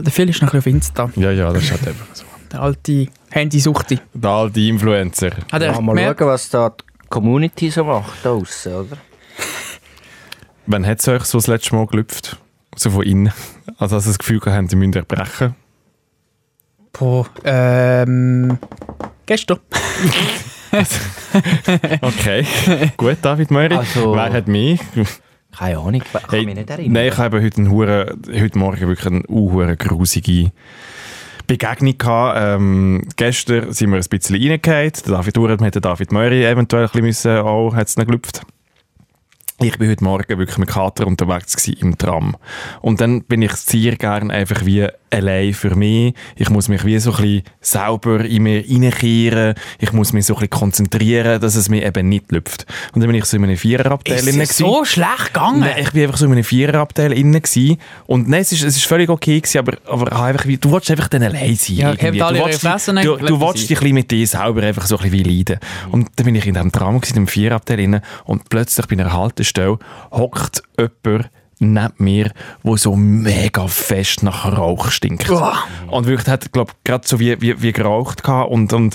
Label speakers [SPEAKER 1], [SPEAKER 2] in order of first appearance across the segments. [SPEAKER 1] Der Phil ist nachher auf Insta.
[SPEAKER 2] Ja, ja, das ist halt eben so.
[SPEAKER 1] Der alte Handysuchti.
[SPEAKER 2] Der alte Influencer.
[SPEAKER 1] Hat er
[SPEAKER 3] Ja, mal
[SPEAKER 1] gemerkt?
[SPEAKER 3] schauen, was da die Community so macht da draussen, oder?
[SPEAKER 2] Wann hat es euch so das letzte Mal gelüpft? So von innen. Also, dass ihr das Gefühl gehabt habt, ihr müsst erbrechen.
[SPEAKER 1] Boah, ähm, gestern.
[SPEAKER 2] Okay. Gut, David Möri.
[SPEAKER 3] Also-
[SPEAKER 2] Wer hat mich?
[SPEAKER 3] Keine Ahnung, ich kann
[SPEAKER 2] Hey,
[SPEAKER 3] mich nicht erinnern.
[SPEAKER 2] Nein, ich habe eben heute, einen huren- heute Morgen wirklich eine unhure grusige Begegnung gehabt. Ähm, gestern sind wir ein bisschen reingehauen. Der David Uren hat den David Möri eventuell ein bisschen müssen, auch hat es nicht gelüpft. Ich bin heute Morgen wirklich mit Kater unterwegs gewesen im Tram. Und dann bin ich sehr gern einfach wie allein für mich. Ich muss mich wie so ein bisschen selber in mir reinkehren. Ich muss mich so ein bisschen konzentrieren, dass es mir eben nicht lüpft. Und dann bin ich so in einem Viererabteil
[SPEAKER 1] Ist
[SPEAKER 2] inne
[SPEAKER 1] es so schlecht gegangen?
[SPEAKER 2] Nein, ich bin einfach so in einem Viererabteil innen gsi und nein, es ist, es ist völlig okay gewesen, aber, aber ich habe einfach, wie- du wolltest einfach dann allein sein.
[SPEAKER 1] Ja,
[SPEAKER 2] irgendwie.
[SPEAKER 1] habt alle
[SPEAKER 2] du
[SPEAKER 1] ihre
[SPEAKER 2] willst
[SPEAKER 1] Fressen
[SPEAKER 2] dich, du,
[SPEAKER 1] eigentlich
[SPEAKER 2] du willst dich ein bisschen mit dir selber einfach so ein bisschen wie leiden. Und dann bin ich in diesem Tram gsi, in dem Viererabteil innen und plötzlich bei einer Haltestelle hockt jemand neben mir, wo so mega fest nach Rauch stinkt. Und wirklich hat, glaube ich, gerade so wie, wie, wie geraucht gehabt und, und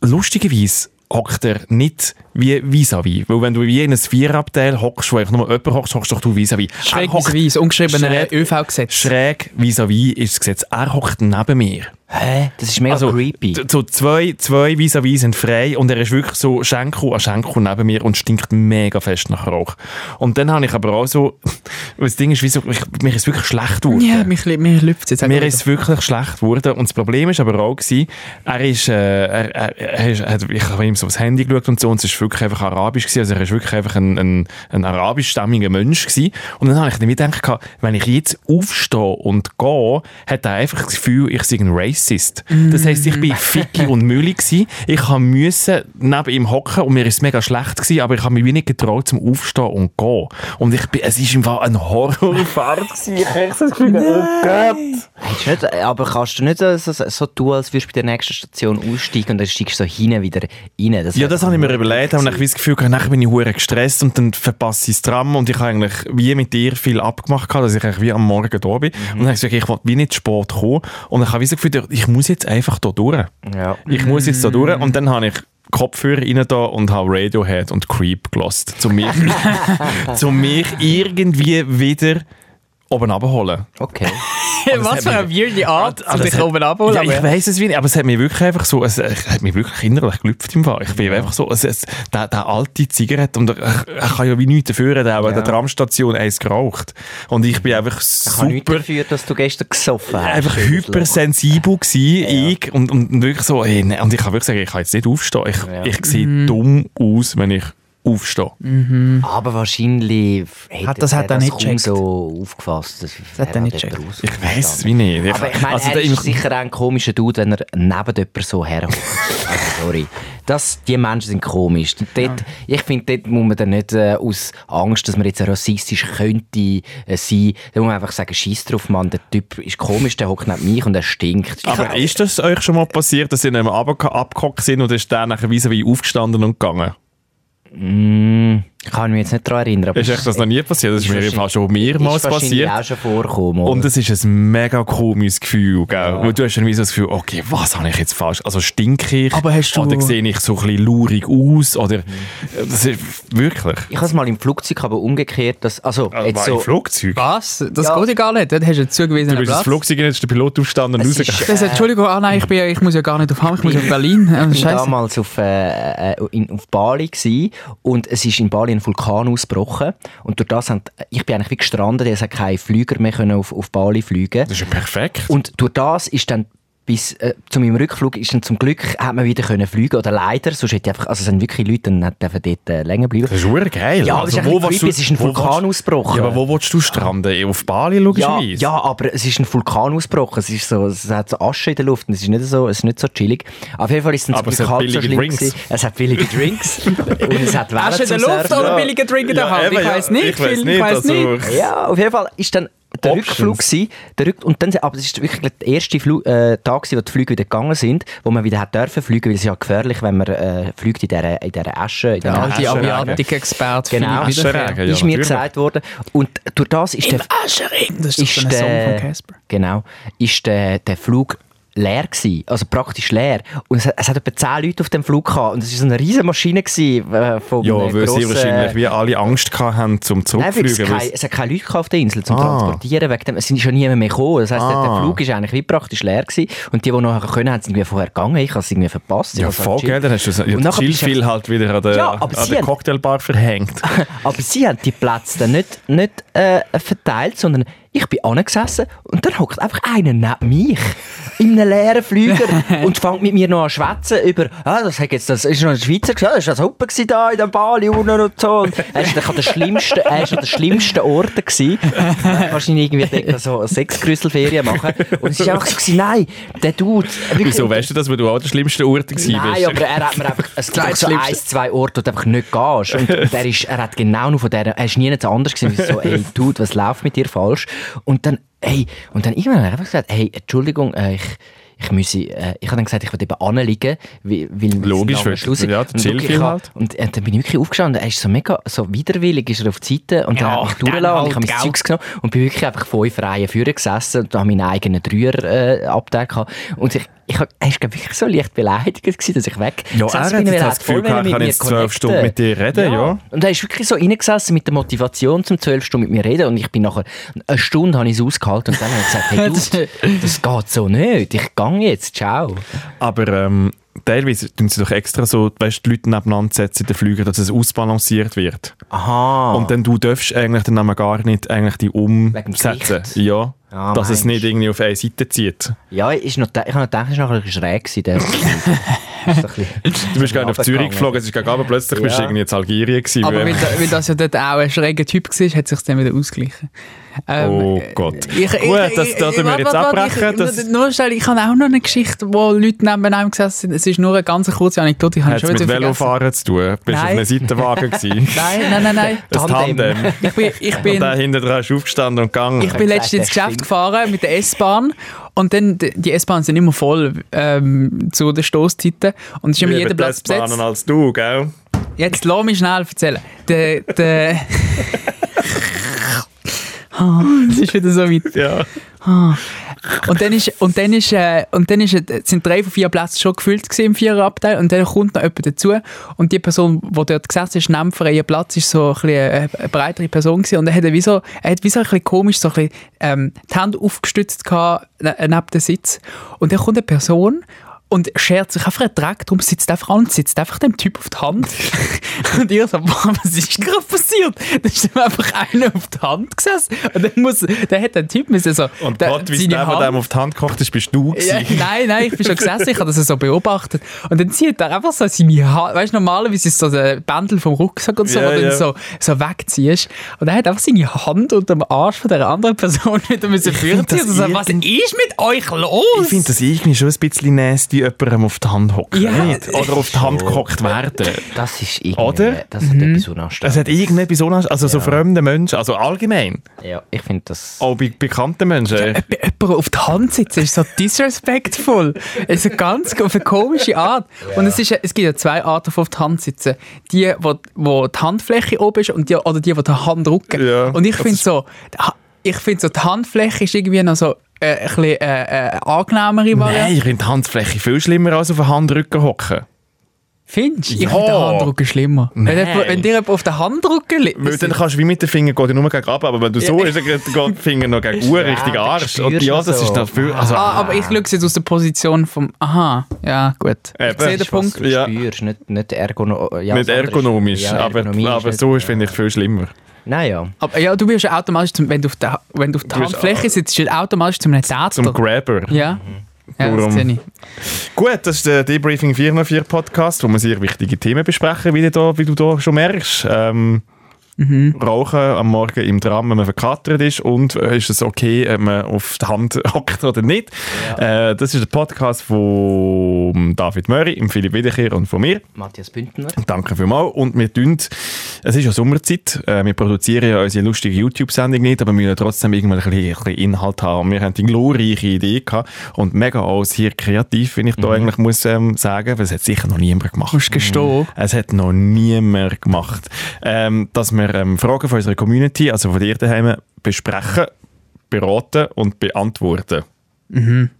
[SPEAKER 2] lustigerweise hockt er nicht wie vis-à-vis. Weil wenn du wie in einem Viererabteil hockst, wo einfach nur jemand hockst, hockst doch du vis-à-vis.
[SPEAKER 1] Schräg
[SPEAKER 2] Er hockt
[SPEAKER 1] vis ungeschriebene
[SPEAKER 2] Schräg-
[SPEAKER 1] ÖV-Gesetz.
[SPEAKER 2] Schräg vis-à-vis ist das Gesetz. Er hockt neben mir.
[SPEAKER 3] Hä? Das ist mega
[SPEAKER 2] Also,
[SPEAKER 3] creepy.
[SPEAKER 2] d- so zwei, zwei vis-à-vis sind frei und er ist wirklich so Schenkel an Schenkel neben mir und stinkt mega fest nach Rauch. Und dann habe ich aber auch so, das Ding ist, wie so, ich, mir ist wirklich schlecht geworden.
[SPEAKER 1] Ja, mich, mir läuft es jetzt.
[SPEAKER 2] Mir ist wirklich schlecht geworden. Und das Problem ist aber auch, gewesen, er ist, äh, er, er, er ist, hat- ich habe ihm so aufs Handy geschaut und so, und es ist wirklich einfach arabisch gewesen. Also er ist wirklich einfach ein, ein, ein arabischstämmiger Mensch gewesen. Und dann habe ich mir gedacht, gehabt, wenn ich jetzt aufstehe und gehe, hat er einfach das Gefühl, ich sei ein Racist. Das heisst, ich bin ficki und müllig gewesen. Ich habe müssen neben ihm hocken und mir ist es mega schlecht gewesen, aber ich habe mich wie nicht getraut zum Aufstehen und gehen. Und ich bin, es ist im Fall ein Horrorfahrt gewesen. Ich habe echt das Gefühl, oh Gott.
[SPEAKER 3] Hast du nicht, aber kannst du nicht so, so, so tun, als würdest du bei der nächsten Station aussteigen und dann steigst du so hinten wieder rein? Das
[SPEAKER 2] Ja,
[SPEAKER 3] wär-
[SPEAKER 2] das habe ich mir überlegt. Habe ich das Gefühl, gehabt, nachher bin ich hure gestresst und dann verpasse ich das Tram und ich habe eigentlich wie mit dir viel abgemacht, gehabt, dass ich eigentlich wie am Morgen da bin. Und dann habe ich gesagt, ich will wie nicht zu spät kommen. Und ich habe wie das Gefühl, ich muss jetzt einfach da durch.
[SPEAKER 3] Ja.
[SPEAKER 2] Ich muss jetzt da durch. Und dann habe ich Kopfhörer rein da und habe Radiohead und Creep gelost, um mich, um mich irgendwie wieder oben abholen.
[SPEAKER 3] Okay.
[SPEAKER 2] Also,
[SPEAKER 1] Was für eine weirde Art, um
[SPEAKER 3] Also
[SPEAKER 2] Ah, das
[SPEAKER 1] dich
[SPEAKER 2] hat-
[SPEAKER 1] oben
[SPEAKER 2] Ja,
[SPEAKER 1] abholen.
[SPEAKER 2] ich weiß es wie nicht, aber es hat mich wirklich einfach so, es, es hat mich wirklich innerlich gelüpft im Fall. Ich bin einfach so, es, es, der, der alte Zigarette und ich, ich kann ja wie nichts dafür, der aber an der Tramstation eins geraucht. Und ich bin einfach
[SPEAKER 3] Ich habe nichts
[SPEAKER 2] super,
[SPEAKER 3] dafür, dass du gestern gesoffen hast.
[SPEAKER 2] einfach
[SPEAKER 3] Schönes Loch.
[SPEAKER 2] hypersensibel gsi ich und, und wirklich so, ey, nee, und ich kann wirklich sagen, ich kann jetzt nicht aufstehen. Ich,
[SPEAKER 3] Ja. Mhm.
[SPEAKER 2] ich sehe dumm aus, wenn ich aufstehe.
[SPEAKER 3] Aber wahrscheinlich hätte
[SPEAKER 1] Hat das- hat er
[SPEAKER 3] das
[SPEAKER 1] nicht
[SPEAKER 3] kaum
[SPEAKER 1] gecheckt.
[SPEAKER 3] so aufgefasst. Das halt
[SPEAKER 1] hat er nicht gecheckt.
[SPEAKER 2] Ich weiß es wie nicht.
[SPEAKER 3] Aber ich meine,
[SPEAKER 2] also,
[SPEAKER 3] er
[SPEAKER 2] der-
[SPEAKER 3] ist sicher auch ein komischer Dude, wenn er neben jemandem so herhockt. also, sorry. Das, die Menschen sind komisch. Dort, Ich finde, dort muss man dann nicht äh, aus Angst, dass man jetzt rassistisch könnte äh, sein, da muss man einfach sagen, scheiß drauf, Mann, der Typ ist komisch, der hockt neben mich und er stinkt.
[SPEAKER 2] aber
[SPEAKER 3] ich,
[SPEAKER 2] ist das euch schon mal passiert, dass ihr nicht mehr abge- abgehockt sind und ist der nachher wie aufgestanden und gegangen?
[SPEAKER 3] ich Hm, kann mich jetzt nicht daran erinnern. aber
[SPEAKER 2] Ist echt das noch nie passiert? Das ist, mir im Fall
[SPEAKER 3] wahrscheinlich-
[SPEAKER 2] schon mehrmals
[SPEAKER 3] ist wahrscheinlich
[SPEAKER 2] passiert.
[SPEAKER 3] auch schon vorgekommen. oder?
[SPEAKER 2] Und es ist ein mega komisches Gefühl, gell? Weil du hast dann wie so das Gefühl, okay, was habe ich jetzt falsch? Also stinke ich?
[SPEAKER 1] Aber hast du-
[SPEAKER 2] Oder sehe ich so ein bisschen laurig aus? Oder... Das ist wirklich...
[SPEAKER 3] Ich habe es mal im Flugzeug aber umgekehrt, dass, also,
[SPEAKER 2] Jetzt
[SPEAKER 3] jetzt
[SPEAKER 2] Äh, war so,
[SPEAKER 3] so,
[SPEAKER 2] im Flugzeug?
[SPEAKER 1] Was? Das
[SPEAKER 3] Ja.
[SPEAKER 1] geht ja gar nicht. Dort hast du einen
[SPEAKER 2] Du
[SPEAKER 1] zugewiesenen
[SPEAKER 2] bist ins
[SPEAKER 1] Platz.
[SPEAKER 2] Flugzeug, jetzt ist der Pilot aufgestanden und
[SPEAKER 3] Es ist-
[SPEAKER 2] rausgegangen.
[SPEAKER 1] Das, Entschuldigung, ah nein, ich, bin, ja- ich muss ja gar nicht auf Hamburg, ich muss auf Berlin. Äh,
[SPEAKER 3] ich war
[SPEAKER 1] Scheiße.
[SPEAKER 3] damals auf, äh, äh, in, auf Bali gsi und es ist in Bali ein Vulkan ausgebrochen und durch das haben, ich bin eigentlich wie gestrandet, es hat keine Flüger mehr können auf, auf Bali fliegen
[SPEAKER 2] Das ist ja perfekt.
[SPEAKER 3] und durch das ist dann bis äh, zu meinem Rückflug ist dann zum Glück hat man wieder können fliegen oder leider, sonst hätte ich einfach, also es sind wirklich Leute, dann hat dürfen dort äh, länger bleiben.
[SPEAKER 2] das ist super geil.
[SPEAKER 3] Ja, aber es ist ein bisschen
[SPEAKER 2] willst
[SPEAKER 3] creepy, es ist ein
[SPEAKER 2] also wo willst-
[SPEAKER 3] Vulkan ausgebrochen.
[SPEAKER 2] Ja, aber wo willst du stranden? Auf Bali logischerweise?
[SPEAKER 3] Ja, ja, aber es ist ein Vulkan ausgebrochen. Es, ist so, es hat so Asche in der Luft und es ist nicht so, es ist nicht so chillig. Auf jeden Fall ist es
[SPEAKER 2] Aber es
[SPEAKER 3] zum Glück
[SPEAKER 2] hat
[SPEAKER 3] halb so
[SPEAKER 2] billige
[SPEAKER 3] schlimm
[SPEAKER 2] Drinks.
[SPEAKER 3] gewesen. Es hat billige Drinks. und es hat Wellen
[SPEAKER 1] Hast du in der
[SPEAKER 3] zum
[SPEAKER 1] Luft
[SPEAKER 3] Surfen.
[SPEAKER 1] oder billigen Drink in der Hand?
[SPEAKER 2] eben,
[SPEAKER 1] Ich weiß nicht,
[SPEAKER 2] weiss
[SPEAKER 1] Phil, ich weiß
[SPEAKER 2] also-
[SPEAKER 1] nicht.
[SPEAKER 3] Ja, auf jeden Fall ist dann der
[SPEAKER 2] Options.
[SPEAKER 3] Rückflug gewesen, der Rück und dann, aber es ist wirklich der erste Flu äh, Tag gewesen, wo die Flüge wieder gegangen sind, wo man wieder hat dürfen fliegen, weil es ist ja gefährlich, wenn man äh, fliegt in dieser in dieser Asche. In dieser
[SPEAKER 2] Ja,
[SPEAKER 1] Alte
[SPEAKER 2] Asche-
[SPEAKER 1] Aviatik-Experte
[SPEAKER 3] Genau.
[SPEAKER 1] Philipp Wiederkehr.
[SPEAKER 2] Ascheregen, ja,
[SPEAKER 3] ist mir
[SPEAKER 2] natürlich.
[SPEAKER 3] gesagt worden. Und durch das ist der
[SPEAKER 1] Aschering! Ah, Das
[SPEAKER 3] ist
[SPEAKER 1] ist doch so ein Song
[SPEAKER 3] der,
[SPEAKER 1] von Casper.
[SPEAKER 3] Genau. Ist der, der Flug leer gsi, also praktisch leer. Und es, hat- es hat etwa 10 Leute auf dem Flug gehabt und es war so eine riesen Maschine gsi, äh, von
[SPEAKER 2] Ja,
[SPEAKER 3] einem
[SPEAKER 2] weil sie
[SPEAKER 3] grossen-
[SPEAKER 2] wahrscheinlich wie alle Angst hatten, zum
[SPEAKER 3] Nein, weil es,
[SPEAKER 2] zurückfliegen.
[SPEAKER 3] kein,
[SPEAKER 2] weil-
[SPEAKER 3] es hat keine Leute gehabt auf der Insel zum
[SPEAKER 2] Ah.
[SPEAKER 3] Transportieren. Wegen dem, es sind schon niemand mehr gekommen. Das heisst, der- der
[SPEAKER 2] Ah.
[SPEAKER 3] Flug ist eigentlich wie praktisch leer gewesen. Und die, die nachher können, haben es irgendwie vorher gegangen. Ich habe es irgendwie verpasst. Ich
[SPEAKER 2] Ja,
[SPEAKER 3] habe es halt
[SPEAKER 2] voll,
[SPEAKER 3] gechillt.
[SPEAKER 2] gell? Dann hast du
[SPEAKER 3] Also, Und
[SPEAKER 2] ja,
[SPEAKER 3] nachher
[SPEAKER 2] Chill
[SPEAKER 3] bist du-
[SPEAKER 2] viel halt wieder an der,
[SPEAKER 3] Ja, aber
[SPEAKER 2] an
[SPEAKER 3] sie
[SPEAKER 2] der
[SPEAKER 3] haben-
[SPEAKER 2] Cocktailbar verhängt.
[SPEAKER 3] Aber sie haben die Plätze dann nicht, nicht äh, verteilt, sondern ich bin angesessen und dann hockt einfach einer neben mich in einem leeren Flüger und fängt mit mir noch an zu schwätzen über, ah, das hat jetzt, das ist noch ein Schweizer gewesen, ah, das war super gewesen da in der Bali unten und so. Und er war an den schlimmsten, er ist an den schlimmsten Orten gewesen. Er hat Wahrscheinlich irgendwie denkt, so Sexgrüsselferien machen. Und es war einfach so, gewesen, nein, der Dude. wirklich-
[SPEAKER 2] Wieso weißt du das, weil du auch der schlimmste Ort gewesen
[SPEAKER 3] Nein,
[SPEAKER 2] bist?
[SPEAKER 3] aber äh, er hat mir einfach, es gibt doch so
[SPEAKER 1] Schlimmste.
[SPEAKER 3] ein, zwei Orte, wo du einfach nicht gehst. Und der ist, er hat genau nur von der, er ist nie nichts anderes gewesen, wie so, ey, Dude, was läuft mit dir falsch? Und dann, ey, und dann irgendwann hat er einfach gesagt, hey, Entschuldigung, äh, ich, ich müsse, äh, ich habe dann gesagt, ich will eben anliegen, weil, weil wir
[SPEAKER 2] Logisch,
[SPEAKER 3] sind am
[SPEAKER 2] weil-
[SPEAKER 3] Schluss.
[SPEAKER 2] ja, der
[SPEAKER 3] Und
[SPEAKER 2] Chill
[SPEAKER 3] wirklich,
[SPEAKER 2] viel
[SPEAKER 3] ich hab-
[SPEAKER 2] halt.
[SPEAKER 3] Und äh, dann bin ich wirklich aufgestanden, er ist so mega, so widerwillig ist er auf die Seite und dann
[SPEAKER 1] Ja,
[SPEAKER 3] hat mich
[SPEAKER 1] dann
[SPEAKER 3] durchgelassen und
[SPEAKER 1] halt,
[SPEAKER 3] ich habe mein
[SPEAKER 1] gell.
[SPEAKER 3] Zeugs genommen und bin wirklich einfach fünf Reihen vorne gesessen und habe meinen eigenen Dreier äh, abgedeckt. gehabt. Und ich, ich, hab- er war glaub ich, wirklich so leicht beleidigt, gewesen, dass ich weg
[SPEAKER 2] Ja, er
[SPEAKER 3] gesessen
[SPEAKER 2] hat
[SPEAKER 3] bin, weil
[SPEAKER 2] jetzt
[SPEAKER 3] er
[SPEAKER 2] das Gefühl
[SPEAKER 3] voll
[SPEAKER 2] gehabt,
[SPEAKER 3] wollen
[SPEAKER 2] er
[SPEAKER 3] mit
[SPEAKER 2] kann
[SPEAKER 3] mir
[SPEAKER 2] jetzt zwölf
[SPEAKER 3] connecten.
[SPEAKER 2] Stunden mit dir reden, ja.
[SPEAKER 3] Und er ist wirklich so reingesessen mit der Motivation, zum zwölf Stunden mit mir reden und ich bin nachher, eine Stunde habe ich es ausgehalten und dann habe ich gesagt, hey du, das geht so nicht, ich gehe jetzt, ciao.
[SPEAKER 2] Aber ähm, teilweise tun sie doch extra so, weißt, die Leute nebeneinander setzen in den Flügern, dass es ausbalanciert wird.
[SPEAKER 3] Aha.
[SPEAKER 2] Und dann du darfst eigentlich den Namen gar nicht eigentlich die
[SPEAKER 3] Ah. Wegen dem
[SPEAKER 2] umsetzen.
[SPEAKER 3] Gewicht.
[SPEAKER 2] Ja,
[SPEAKER 3] Ah,
[SPEAKER 2] dass es nicht
[SPEAKER 3] meinst.
[SPEAKER 2] irgendwie auf eine Seite zieht.
[SPEAKER 3] ja, ist noch, ich habe noch gedacht, es war noch ein bisschen schräg. gewesen, Der Ist so ein bisschen-
[SPEAKER 2] Du bist gerade auf Zürich
[SPEAKER 3] Runtergegangen.
[SPEAKER 2] geflogen, es ist gerade aber plötzlich bist du
[SPEAKER 3] Ja.
[SPEAKER 2] irgendwie in Algerien gewesen.
[SPEAKER 1] Aber
[SPEAKER 2] weil-
[SPEAKER 1] weil, da- weil das ja dort auch ein schräger Typ war, hat sich dann wieder ausgeglichen. Ähm,
[SPEAKER 2] oh Gott.
[SPEAKER 1] Ich, ich,
[SPEAKER 2] Gut,
[SPEAKER 1] ich-
[SPEAKER 2] das
[SPEAKER 1] ich-
[SPEAKER 2] dürfen wir
[SPEAKER 1] warte,
[SPEAKER 2] jetzt
[SPEAKER 1] warte,
[SPEAKER 2] abbrechen.
[SPEAKER 1] Ich,
[SPEAKER 2] das
[SPEAKER 1] nur schnell, ich habe auch noch eine Geschichte, wo Leute neben einem gesessen sind. Es ist nur eine ganz kurze Anekdote, ich habe
[SPEAKER 2] hat
[SPEAKER 1] schon
[SPEAKER 2] mit
[SPEAKER 1] wieder vergessen.
[SPEAKER 2] Velofahren zu tun. Bist du auf
[SPEAKER 1] Nein.
[SPEAKER 2] einem Seitenwagen gewesen.
[SPEAKER 1] Nein, nein, nein, nein.
[SPEAKER 2] Das
[SPEAKER 3] Tandem.
[SPEAKER 2] Tandem.
[SPEAKER 1] Ich bin, ich
[SPEAKER 2] Und da
[SPEAKER 1] bin,
[SPEAKER 2] hinten dran ist aufgestanden und gegangen.
[SPEAKER 1] ich bin
[SPEAKER 3] gesagt,
[SPEAKER 1] letztens ins
[SPEAKER 3] das
[SPEAKER 1] Geschäft
[SPEAKER 3] stimmt.
[SPEAKER 1] gefahren mit der S-Bahn und dann, die die S-Bahnen sind immer voll ähm, zu den Stoßzeiten und es ist immer
[SPEAKER 2] Lieber
[SPEAKER 1] jeder Platz
[SPEAKER 2] Testbahnen
[SPEAKER 1] besetzt.
[SPEAKER 2] als du, gell?
[SPEAKER 1] Jetzt lass mich schnell erzählen. Der, der Ah, Es ist wieder so weit.
[SPEAKER 2] Ja.
[SPEAKER 1] Und dann ist, und dann ist, äh, und dann ist, äh, sind drei von vier Plätzen schon gefüllt gewesen im Viererabteil und dann kommt noch jemand dazu und die Person, die dort gesessen ist, neben für ihren Platz, ist so ein bisschen eine, eine breitere Person gewesen und er hat wie so, er hat wie so ein bisschen komisch so ein bisschen, ähm, die Hände aufgestützt gehabt, ne- äh, neben dem Sitz und dann kommt eine Person und schert sich einfach einen Dreck drum, sitzt einfach an und sitzt einfach dem Typ auf die Hand. und ich so, boah, was ist gerade passiert? Da ist ihm einfach einer auf die Hand gesessen und dann muss, dann hat der Typ müssen so
[SPEAKER 2] Und
[SPEAKER 1] der-
[SPEAKER 2] Gott, wie
[SPEAKER 1] seine
[SPEAKER 2] der,
[SPEAKER 1] Hand-
[SPEAKER 2] der dem auf die Hand gekocht ist, bist du
[SPEAKER 1] ja,
[SPEAKER 2] gewesen.
[SPEAKER 1] nein, nein, ich bin schon gesessen, ich habe das so beobachtet. Und dann zieht er einfach so seine Hand, weißt du, normalerweise ist so der Bändel vom Rucksack und so,
[SPEAKER 2] Ja,
[SPEAKER 1] wo du
[SPEAKER 2] ja.
[SPEAKER 1] dann so, so wegziehst. Und er hat einfach seine Hand unter dem Arsch von der anderen Person wieder müssen führen
[SPEAKER 2] find das
[SPEAKER 1] ziehen. Also, was ist
[SPEAKER 2] irgend-
[SPEAKER 1] mit euch
[SPEAKER 2] Ich
[SPEAKER 1] los?
[SPEAKER 2] finde das irgendwie schon ein bisschen nasty, jemandem auf die Hand hocken.
[SPEAKER 1] Ja.
[SPEAKER 2] nicht? Oder auf die Hand gehockt werden.
[SPEAKER 3] Das ist irgendwie,
[SPEAKER 2] Oder?
[SPEAKER 3] das hat etwas
[SPEAKER 2] Es
[SPEAKER 3] Unausstehliches.
[SPEAKER 2] hat irgendetwas unanständig, also so fremde Menschen, also allgemein,
[SPEAKER 3] Ja, ich finde das...
[SPEAKER 2] auch bei bekannten Menschen.
[SPEAKER 1] Bei jemandem auf die Hand sitzen ist so disrespectful. Es ist eine ganz auf eine komische Art. Und es, ist, es gibt ja zwei Arten von auf die Hand sitzen. Die, wo, wo die Handfläche oben ist und die, oder die, wo die Hand rücken.
[SPEAKER 2] Ja,
[SPEAKER 1] und ich
[SPEAKER 2] das
[SPEAKER 1] finde
[SPEAKER 2] ist-
[SPEAKER 1] so, ich finde so, die Handfläche ist irgendwie noch so äh, ein bisschen äh, äh, angenehmere Variante.
[SPEAKER 2] Nein, ich finde die Handfläche viel schlimmer als auf den Handrücken hocken.
[SPEAKER 1] Findest du? Ich
[SPEAKER 2] Ja.
[SPEAKER 1] finde den Handrücken schlimmer. Wenn,
[SPEAKER 2] Nein.
[SPEAKER 1] jemand- wenn dir jemand auf den Handrücken liegt,
[SPEAKER 2] Weil dann kannst du wie mit den Fingern gehen, nur gegen ab, aber wenn du so ist, dann geht der Finger noch gegen Uhr,
[SPEAKER 3] Ja,
[SPEAKER 2] richtig
[SPEAKER 3] dann
[SPEAKER 2] Arsch. Und
[SPEAKER 3] spürst
[SPEAKER 2] ja,
[SPEAKER 3] du
[SPEAKER 2] das
[SPEAKER 3] so.
[SPEAKER 2] ist dann viel, also,
[SPEAKER 1] Ah, aber ich schaue es jetzt aus der Position vom... Aha, ja, gut.
[SPEAKER 2] Eben.
[SPEAKER 1] Ich sehe den
[SPEAKER 2] Ist was-
[SPEAKER 1] Punkt.
[SPEAKER 3] Du
[SPEAKER 2] Ja.
[SPEAKER 3] spürst, nicht, nicht, ergono ja,
[SPEAKER 2] nicht
[SPEAKER 3] das andere ist-
[SPEAKER 2] ergonomisch,
[SPEAKER 3] Ja, Ergonomie
[SPEAKER 2] aber, aber
[SPEAKER 3] ist
[SPEAKER 2] so
[SPEAKER 3] nicht-
[SPEAKER 2] ist, finde ich, viel schlimmer.
[SPEAKER 3] Nein, ja.
[SPEAKER 1] Aber ja, du wirst ja automatisch, zum, wenn du auf der, wenn du auf der
[SPEAKER 2] Du wirst
[SPEAKER 1] Handfläche sitzt, wirst du automatisch zu einem Täter.
[SPEAKER 2] Zum Grabber.
[SPEAKER 1] ja. ja,
[SPEAKER 2] Darum-
[SPEAKER 1] das sehe ich.
[SPEAKER 2] Gut, das ist der Debriefing 404 Podcast, wo wir sehr wichtige Themen besprechen, wie du da, wie du da schon merkst. Ähm, Rauchen am Morgen im Tram, wenn man verkatert ist und äh, ist es okay, ob man auf die Hand hockt oder nicht. Äh, das ist der Podcast von David Möri, von Philipp Wiederkehr und von mir.
[SPEAKER 3] Matthias Bündner.
[SPEAKER 2] Danke vielmals. Und wir tun, es ist ja Sommerzeit, äh, wir produzieren ja unsere lustige YouTube-Sendung nicht, aber wir müssen trotzdem irgendwann ein bisschen, ein bisschen Inhalt haben. Und wir haben die glorreiche Idee gehabt und mega alles hier kreativ, wenn ich
[SPEAKER 1] Mhm.
[SPEAKER 2] da eigentlich muss ähm, sagen, weil es hat sicher noch niemand gemacht.
[SPEAKER 1] Musst gestehen.
[SPEAKER 2] Es hat noch niemand gemacht. Ähm, dass wir ähm, Fragen von unserer Community, also von dir daheim, besprechen, beraten und beantworten.
[SPEAKER 1] Es
[SPEAKER 2] Wir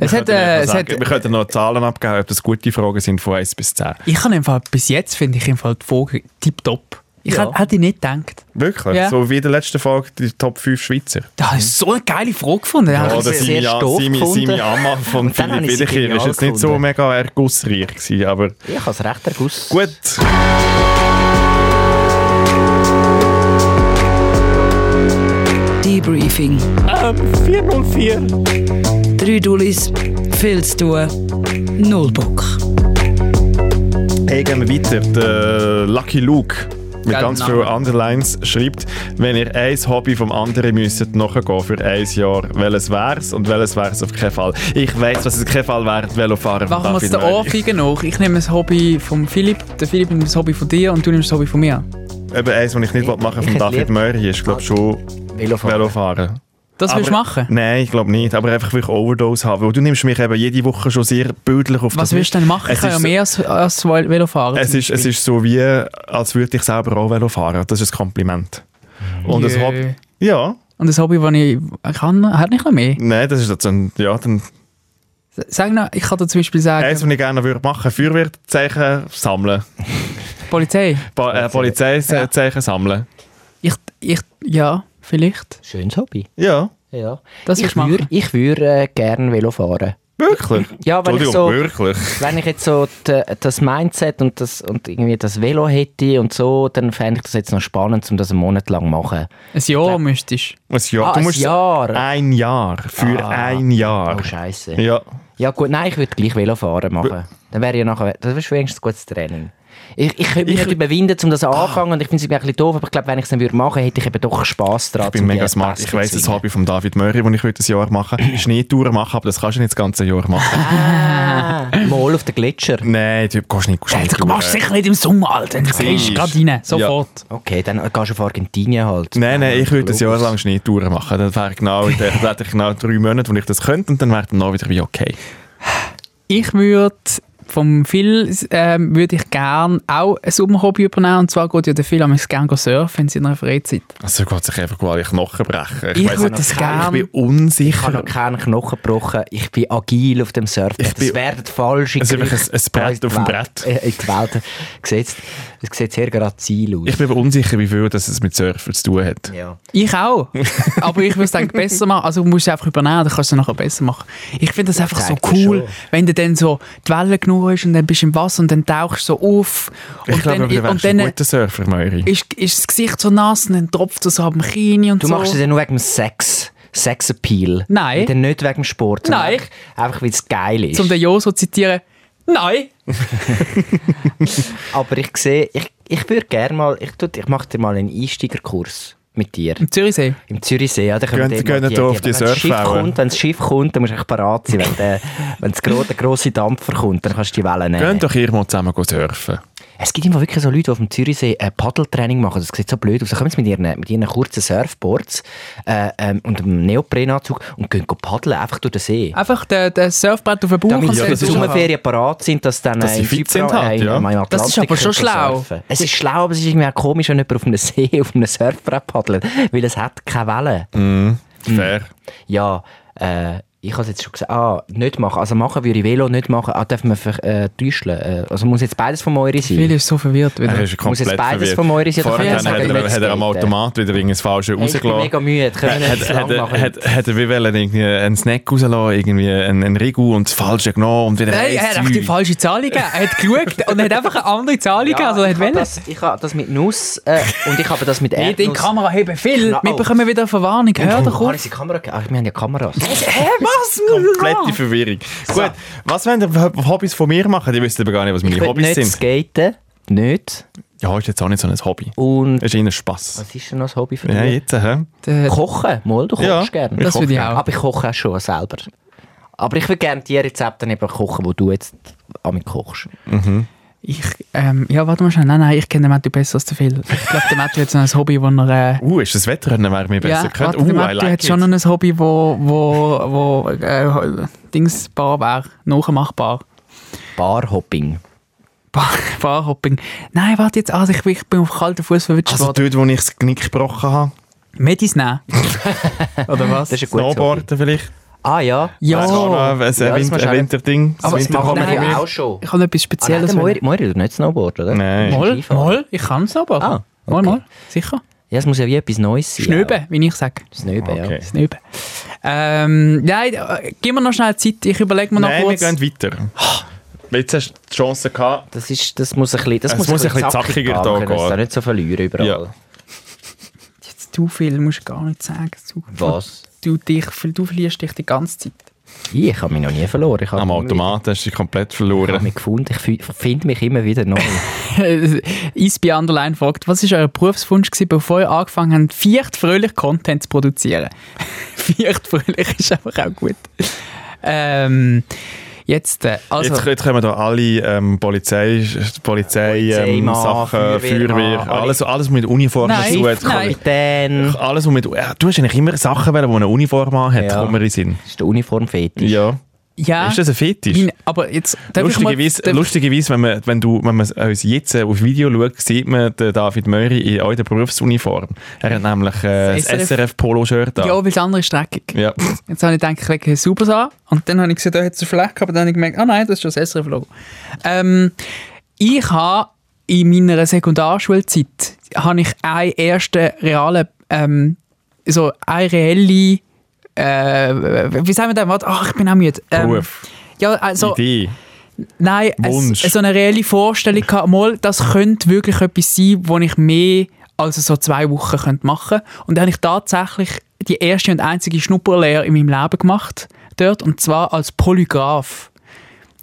[SPEAKER 1] hat,
[SPEAKER 2] könnten
[SPEAKER 1] äh,
[SPEAKER 2] noch
[SPEAKER 1] es
[SPEAKER 2] sagen-
[SPEAKER 1] hat,
[SPEAKER 2] wir könnten noch Zahlen abgeben, ob das gute Fragen sind von 1 bis 10.
[SPEAKER 1] ich habe im Fall, bis jetzt finde ich im Fall die Folge tipptopp. Ich
[SPEAKER 3] Ja.
[SPEAKER 1] hätte hätte ich nicht gedacht.
[SPEAKER 2] Wirklich?
[SPEAKER 1] Ja.
[SPEAKER 2] So wie in der letzten Folge, die Top 5 Schweizer.
[SPEAKER 1] Das habe ich so eine geile Frage gefunden.
[SPEAKER 2] Ja,
[SPEAKER 1] Ja,
[SPEAKER 2] oder
[SPEAKER 3] sehr
[SPEAKER 2] seine,
[SPEAKER 3] doof
[SPEAKER 2] seine,
[SPEAKER 3] gefunden.
[SPEAKER 2] seine Amma von
[SPEAKER 3] Und dann
[SPEAKER 2] Philipp
[SPEAKER 3] habe ich sie
[SPEAKER 2] Wiederkehr ist
[SPEAKER 3] genial
[SPEAKER 2] jetzt nicht so
[SPEAKER 3] gefunden.
[SPEAKER 2] mega ergussreich gewesen, aber
[SPEAKER 3] Ich habe es recht erguss.
[SPEAKER 2] gut.
[SPEAKER 4] Debriefing. 404. Drei Dullis, viel zu tun, null Bock.
[SPEAKER 2] Hey, gehen wir weiter. Der Lucky Luke mit
[SPEAKER 1] Geiler
[SPEAKER 2] ganz
[SPEAKER 1] Name.
[SPEAKER 2] vielen Underlines schreibt, wenn ihr ein Hobby vom anderen müsstet nachgehen für ein Jahr, welches wär's und welches wär's auf keinen Fall. Ich weiss, was es auf keinen Fall wäre, die Velofahren. von
[SPEAKER 1] Machen wir jetzt
[SPEAKER 2] David
[SPEAKER 1] den
[SPEAKER 2] Möri.
[SPEAKER 1] Ohrfeigen nach. Ich nehme das Hobby von Philipp, der Philipp nimmt das Hobby von dir und du nimmst das Hobby von mir.
[SPEAKER 2] Eben eins, was ich nicht machen will,
[SPEAKER 3] Ich
[SPEAKER 2] von
[SPEAKER 3] hätte
[SPEAKER 2] David
[SPEAKER 3] lieb-
[SPEAKER 2] Möri, ist glaube schon
[SPEAKER 3] Velofahren.
[SPEAKER 2] Velofahren.
[SPEAKER 1] Das willst du
[SPEAKER 2] Aber-
[SPEAKER 1] machen?
[SPEAKER 2] Nein, ich glaube nicht. Aber einfach, weil ich Overdose habe. Weil du nimmst mich eben jede Woche schon sehr bildlich auf
[SPEAKER 1] Was
[SPEAKER 2] das
[SPEAKER 1] willst du denn machen? Ich
[SPEAKER 2] Es
[SPEAKER 1] kann ja
[SPEAKER 2] ist
[SPEAKER 1] mehr als, als Vel- Velo fahren.
[SPEAKER 2] Es
[SPEAKER 1] zum
[SPEAKER 2] ist, es
[SPEAKER 1] Beispiel.
[SPEAKER 2] ist so wie, als würde ich selber auch Velo fahren. Das ist ein Kompliment. Und es
[SPEAKER 1] Jö.
[SPEAKER 2] hat, ja,
[SPEAKER 1] Und das Hobby, das ich kann, hat nicht noch mehr.
[SPEAKER 2] nein, das ist jetzt ein, ja, dann,
[SPEAKER 1] Sag noch, ich kann dir zum Beispiel sagen,
[SPEAKER 2] eins, was ich gerne würde machen, Feuerwehrzeichen sammeln,
[SPEAKER 1] Polizei.
[SPEAKER 2] ba äh, Polizeizeichen sammeln.
[SPEAKER 1] Ich, ich, ja, vielleicht.
[SPEAKER 3] Schönes Hobby.
[SPEAKER 2] Ja,
[SPEAKER 3] Ja.
[SPEAKER 1] Das
[SPEAKER 3] ich
[SPEAKER 1] willst du machen?
[SPEAKER 3] würde ich würd, äh, gerne Velo fahren.
[SPEAKER 2] wirklich.
[SPEAKER 3] Ja, weil ich
[SPEAKER 2] Entschuldigung,
[SPEAKER 3] so-
[SPEAKER 2] wirklich.
[SPEAKER 3] Wenn ich jetzt so d- das Mindset und, das, und irgendwie das Velo hätte und so, dann fände ich das jetzt noch spannend, um das einen Monat lang zu machen.
[SPEAKER 1] Ein Jahr müsstest
[SPEAKER 2] Ein Jahr,
[SPEAKER 3] Ah,
[SPEAKER 2] du
[SPEAKER 3] ein
[SPEAKER 2] musst
[SPEAKER 3] Jahr.
[SPEAKER 2] ein Jahr, für
[SPEAKER 3] Ah.
[SPEAKER 2] ein Jahr.
[SPEAKER 3] Oh, Scheiße. Ja.
[SPEAKER 2] Ja,
[SPEAKER 3] gut, nein, ich würde gleich Velofahren machen. Dann wäre ja nachher, das wäre wenigstens ein gutes Training. Ich, ich könnte mich nicht überwinden, um das
[SPEAKER 2] Ah.
[SPEAKER 3] anfangen und ich finde es ein bisschen doof, aber ich glaube, wenn ich es dann würde machen, hätte ich eben doch Spass daran.
[SPEAKER 2] ich bin mega smart. Ich weiss das Hobby von David Möri, das ich heute ein Jahr mache. Schneetouren machen, aber das kannst du nicht das ganze Jahr machen.
[SPEAKER 3] Ah. Mal auf den Gletscher.
[SPEAKER 2] nein, Typ, gehst nicht
[SPEAKER 1] du. Du
[SPEAKER 2] Schneetouren.
[SPEAKER 1] machst sicher nicht im Sommer, Alter. Du gehst
[SPEAKER 2] Siehst.
[SPEAKER 1] gerade rein, sofort.
[SPEAKER 3] Okay, dann gehst du auf Argentinien halt.
[SPEAKER 2] Nein, nein, ich würde ein Jahr
[SPEAKER 3] Globus.
[SPEAKER 2] lang Schneetouren machen. Dann wäre genau, dann hätte ich genau drei Monate, wo ich das könnte und dann wäre dann auch wieder wie okay.
[SPEAKER 1] Ich würde vom Phil ähm, würde ich gerne auch ein Sommerhobby übernehmen. Und zwar geht ja der Phil am gerne surfen in seiner Freizeit.
[SPEAKER 2] Also geht sich einfach alle Knochen brechen.
[SPEAKER 1] Ich
[SPEAKER 2] weiss
[SPEAKER 1] würde
[SPEAKER 2] nicht,
[SPEAKER 1] das
[SPEAKER 2] ich
[SPEAKER 1] gern-
[SPEAKER 2] bin
[SPEAKER 3] Ich habe noch
[SPEAKER 2] unsicher.
[SPEAKER 3] keinen Knochen gebrochen. Ich bin agil auf dem Surfbrett.
[SPEAKER 2] Ich bin-
[SPEAKER 3] Es werden falsche
[SPEAKER 2] Es ist einfach
[SPEAKER 3] Gerüchte
[SPEAKER 2] ein- ein Brett
[SPEAKER 3] in die
[SPEAKER 2] auf dem
[SPEAKER 3] Welt-
[SPEAKER 2] Brett.
[SPEAKER 3] äh, In die Welt gesetzt. Es sieht sehr grazil aus.
[SPEAKER 2] Ich bin aber unsicher, wie viel das es mit Surfen zu tun hat.
[SPEAKER 3] ja.
[SPEAKER 1] Ich auch. Aber ich würde es eigentlich besser machen. Also du musst es einfach übernehmen, dann kannst du es nachher besser machen. Ich finde das einfach so
[SPEAKER 3] zeigt dir
[SPEAKER 1] cool,
[SPEAKER 3] schon.
[SPEAKER 1] wenn du dann so die Welle genug hast und dann bist du im Wasser und dann tauchst du so auf. Und
[SPEAKER 2] Ich glaube,
[SPEAKER 1] dann,
[SPEAKER 2] du
[SPEAKER 1] und
[SPEAKER 2] wärst ein
[SPEAKER 1] dann
[SPEAKER 2] guter Surfer, Möri.
[SPEAKER 1] ist, ist das Gesicht so nass und dann tropft es so ab dem Kini und
[SPEAKER 3] Du
[SPEAKER 1] so.
[SPEAKER 3] machst es ja nur wegen dem Sex. Sex-Appeal.
[SPEAKER 1] Nein.
[SPEAKER 3] Und dann nicht wegen dem Sport. sondern
[SPEAKER 1] Nein.
[SPEAKER 3] einfach- Einfach, weil es geil ist.
[SPEAKER 1] um den Jo so zu zitieren, nein,
[SPEAKER 3] Aber ich sehe, ich, ich würde gerne mal, ich, tu- ich mache dir mal einen Einsteigerkurs mit dir.
[SPEAKER 1] im Zürichsee.
[SPEAKER 3] Im Zürichsee, ja, da können
[SPEAKER 2] Gehen-
[SPEAKER 3] wir dort
[SPEAKER 2] gehen
[SPEAKER 3] mal
[SPEAKER 2] da auf die
[SPEAKER 3] wenn das Schiff
[SPEAKER 2] Surfwellen.
[SPEAKER 3] kommt, Wenn das Schiff kommt, dann musst du echt parat sein. Wenn der, wenn das gro der grosse Dampfer kommt, dann kannst du die Wellen nehmen.
[SPEAKER 2] Könnt doch ihr mal zusammen go surfen.
[SPEAKER 3] Es gibt immer wirklich so Leute, die auf dem Zürichsee äh, Paddeltraining machen. Das sieht so blöd aus. Da kommen sie mit ihren, mit ihren kurzen Surfboards äh, ähm, und einem Neoprenanzug und gehen go paddeln, einfach durch den See.
[SPEAKER 1] Einfach den, den Surfbrett auf den Bauch
[SPEAKER 3] Damit
[SPEAKER 1] und
[SPEAKER 3] sie
[SPEAKER 2] ja,
[SPEAKER 1] dann
[SPEAKER 2] das
[SPEAKER 3] für die
[SPEAKER 2] ist aber-
[SPEAKER 1] so.
[SPEAKER 3] Sommerferien parat sind, dass dann
[SPEAKER 2] Dass sie
[SPEAKER 3] in
[SPEAKER 2] fit
[SPEAKER 3] Zypern,
[SPEAKER 2] sind halt,
[SPEAKER 3] äh, in-
[SPEAKER 2] ja.
[SPEAKER 3] im Atlantik
[SPEAKER 1] Das ist aber schon
[SPEAKER 3] können
[SPEAKER 1] schlau.
[SPEAKER 3] surfen. Es ist schlau, aber es ist irgendwie auch komisch, wenn jemand auf einem See auf einem Surfbrett paddelt, weil es hat keine Wellen.
[SPEAKER 2] Mhm.
[SPEAKER 1] Hm.
[SPEAKER 2] Fair.
[SPEAKER 3] Ja, äh, ich habe jetzt schon gesagt, ah, nicht machen. Also machen würde ich Velo nicht machen. Ah, darf man ver- äh, täuscheln. Äh, also muss jetzt beides von Moiri sein.
[SPEAKER 1] Phil ist so verwirrt wieder.
[SPEAKER 2] Er ist
[SPEAKER 3] Muss jetzt
[SPEAKER 2] komplett
[SPEAKER 3] beides
[SPEAKER 2] verwirrt.
[SPEAKER 3] von Möri sein oder
[SPEAKER 1] von
[SPEAKER 2] Vorher hat
[SPEAKER 1] mir?
[SPEAKER 2] er,
[SPEAKER 3] Sagen
[SPEAKER 2] hat
[SPEAKER 3] wir
[SPEAKER 2] er am
[SPEAKER 3] jetzt.
[SPEAKER 2] Automat wieder irgendwas Falsches
[SPEAKER 3] Hey, ich bin
[SPEAKER 2] rausgelassen.
[SPEAKER 3] mega müde. Können wir
[SPEAKER 2] Hat,
[SPEAKER 3] nicht zu
[SPEAKER 2] hat,
[SPEAKER 3] lang
[SPEAKER 2] hat,
[SPEAKER 3] machen?
[SPEAKER 2] hat, hat er wie wollen, irgendwie einen Snack rausgelassen, irgendwie einen, einen Rigu und das Falsche genommen und wieder
[SPEAKER 1] Nein, er hat einfach die
[SPEAKER 2] Falsche.
[SPEAKER 1] falsche Zahl gegeben. Er hat geschaut und hat einfach eine andere Zahl gegeben, also er hat
[SPEAKER 3] ich habe
[SPEAKER 1] wollen.
[SPEAKER 3] das, ich habe das mit Nuss äh, und ich habe das mit
[SPEAKER 1] Hey, deine
[SPEAKER 3] Erdnuss.
[SPEAKER 1] Kamera heben viel.
[SPEAKER 2] Genau.
[SPEAKER 3] Knall.
[SPEAKER 1] Wir bekommen wieder eine Verwarnung. Hör doch
[SPEAKER 3] Oh, habe
[SPEAKER 1] auf.
[SPEAKER 3] ich die Kamera gegeben? Ah, wir haben ja Kameras.
[SPEAKER 1] Hä, was?
[SPEAKER 2] Komplette Verwirrung. Gut, was wollen ihr Hobbys von mir machen? Die wissen aber gar nicht, was meine
[SPEAKER 3] Ich will
[SPEAKER 2] Hobbys
[SPEAKER 3] nicht
[SPEAKER 2] sind.
[SPEAKER 3] skaten. nicht.
[SPEAKER 2] Ja, ist jetzt auch nicht so ein Hobby.
[SPEAKER 3] Und
[SPEAKER 2] Ist eher ein Spass.
[SPEAKER 3] was ist denn noch das Hobby für dich?
[SPEAKER 2] Ja, jetzt, hä?
[SPEAKER 1] Der,
[SPEAKER 3] Kochen, mal, du kochst
[SPEAKER 2] Ja,
[SPEAKER 3] gerne.
[SPEAKER 2] ich
[SPEAKER 1] Das würde ich
[SPEAKER 2] koche.
[SPEAKER 1] auch.
[SPEAKER 3] Aber ich koche auch schon selber. Aber ich würde gerne die Rezepte eben kochen, die du jetzt damit kochst.
[SPEAKER 1] ich, ähm, ja, warte mal schnell. Nein, nein, ich kenne den Matthew besser als der Phil. Ich glaube, der Matthew hat so ein Hobby, wo er... Äh,
[SPEAKER 2] Uh, ist das Wettrennen, wäre mir besser
[SPEAKER 1] ja,
[SPEAKER 2] gehört.
[SPEAKER 1] warte, der
[SPEAKER 2] Uh, I
[SPEAKER 1] Matthew
[SPEAKER 2] like
[SPEAKER 1] hat
[SPEAKER 2] it.
[SPEAKER 1] schon noch ein Hobby, wo, wo, wo äh, dingsbar wäre, nachmachbar.
[SPEAKER 3] Barhopping.
[SPEAKER 1] Bar- Barhopping. Nein, warte jetzt, also ich, ich bin auf kalten Fuß verwitscht
[SPEAKER 2] Also
[SPEAKER 1] worden.
[SPEAKER 2] dort, wo ich das Knick gebrochen habe.
[SPEAKER 1] Medis nehmen. Oder was?
[SPEAKER 3] Das ist ein gutes Hobby.
[SPEAKER 2] Snowboarden vielleicht.
[SPEAKER 3] Ah ja.
[SPEAKER 1] Oh.
[SPEAKER 2] Das ist auch noch ein, ein,
[SPEAKER 3] das
[SPEAKER 2] Winter,
[SPEAKER 3] machst du
[SPEAKER 2] ein
[SPEAKER 3] auch.
[SPEAKER 2] Winterding.
[SPEAKER 1] Aber es
[SPEAKER 2] Winter
[SPEAKER 1] macht
[SPEAKER 3] Machen
[SPEAKER 1] Nein,
[SPEAKER 3] wir
[SPEAKER 1] ich-
[SPEAKER 3] ja auch schon.
[SPEAKER 1] ich habe etwas
[SPEAKER 3] Ah, nein,
[SPEAKER 1] Spezielles.
[SPEAKER 3] der Moiri Moiri tut nicht Snowboard, oder?
[SPEAKER 2] Nein.
[SPEAKER 1] Mal,
[SPEAKER 3] Skifahren.
[SPEAKER 1] mal, ich kann es aber.
[SPEAKER 3] Ah,
[SPEAKER 1] Mal,
[SPEAKER 3] okay.
[SPEAKER 1] mal, sicher.
[SPEAKER 3] Ja, es muss ja wie etwas Neues sein.
[SPEAKER 1] Schnöben, wie ich sage.
[SPEAKER 3] auch. Schnöben,
[SPEAKER 2] Okay.
[SPEAKER 3] ja.
[SPEAKER 1] Schnöben. Ähm, nein, äh, gib mir noch schnell Zeit, ich überlege mir noch
[SPEAKER 2] Nein, wir
[SPEAKER 1] kurz.
[SPEAKER 2] gehen weiter. Jetzt hast du die Chance gehabt.
[SPEAKER 3] Das, ist, das muss ein bisschen, das
[SPEAKER 2] Es
[SPEAKER 3] muss
[SPEAKER 2] muss ein bisschen zackiger da
[SPEAKER 3] gehen. Das
[SPEAKER 2] gehen.
[SPEAKER 3] ist nicht so verlieren überall.
[SPEAKER 2] Ja.
[SPEAKER 1] Jetzt zu viel, musst du gar nicht sagen. Zu,
[SPEAKER 3] Was?
[SPEAKER 1] Du, dich, du verlierst dich die ganze Zeit.
[SPEAKER 3] Ich habe mich noch nie verloren. Ich habe
[SPEAKER 2] Am
[SPEAKER 3] immer
[SPEAKER 2] Automaten hast du dich komplett
[SPEAKER 3] wieder- Ich habe
[SPEAKER 2] verloren.
[SPEAKER 3] mich gefunden. Ich fi- finde mich immer wieder neu.
[SPEAKER 1] Äh, Isby Underline fragt, was war euer Berufswunsch, gewesen, bevor ihr angefangen habt, feucht fröhlich Content zu produzieren? feucht fröhlich ist einfach auch gut. Ähm, jetzt, äh, also,
[SPEAKER 2] jetzt, jetzt kommen da alle ähm, Polizei, Polizei, ähm,
[SPEAKER 3] Polizeimann,
[SPEAKER 2] Sachen,
[SPEAKER 3] Feuerwehrmann,
[SPEAKER 2] Feuerwehr, alles, alles mit Uniform
[SPEAKER 1] Nein,
[SPEAKER 2] zu tun hat.
[SPEAKER 1] nein.
[SPEAKER 3] Kapitän.
[SPEAKER 2] Alles, was mit, ja, du hast eigentlich immer Sachen, wählen, die eine Uniform hat,
[SPEAKER 3] Ja.
[SPEAKER 2] kommen wir in den Sinn.
[SPEAKER 3] Das ist der Uniformfetisch.
[SPEAKER 2] Ja.
[SPEAKER 1] ja,
[SPEAKER 2] Ist das ein Fetisch?
[SPEAKER 1] nein, aber jetzt, darf ich mal,
[SPEAKER 2] Lustigerweise,
[SPEAKER 1] darf-
[SPEAKER 2] lustigerweise wenn, man, wenn, du, wenn man uns jetzt äh, auf Video schaut, sieht man den David Möri in auch in der Berufsuniform. Er hat nämlich äh,
[SPEAKER 1] Das SRF
[SPEAKER 2] das SRF-Polo-Shirt
[SPEAKER 1] ja,
[SPEAKER 2] an.
[SPEAKER 1] weil das andere ist dreckig.
[SPEAKER 2] Ja.
[SPEAKER 1] Jetzt habe ich gedacht, ich lege hier super an. Und dann habe ich gesehen, da hat es eine Fläche, aber dann habe ich gemerkt, ah nein, das ist schon das SRF-Logo. Ähm, ich habe in meiner Sekundarschulzeit habe ich einen ersten realen, ähm, so eine reelle, äh, wie sagen wir das? Warte, Ach, ich bin auch müde. Ähm,
[SPEAKER 2] Beruf.
[SPEAKER 1] Ja, also,
[SPEAKER 2] Idee.
[SPEAKER 3] äh,
[SPEAKER 1] nein, es,
[SPEAKER 2] Wunsch.
[SPEAKER 1] so eine reelle Vorstellung gehabt, mal, das könnte wirklich etwas sein, wo ich mehr als so zwei Wochen könnte machen könnte. Und dann habe ich tatsächlich die erste und einzige Schnupperlehre in meinem Leben gemacht dort, und zwar als Polygraph.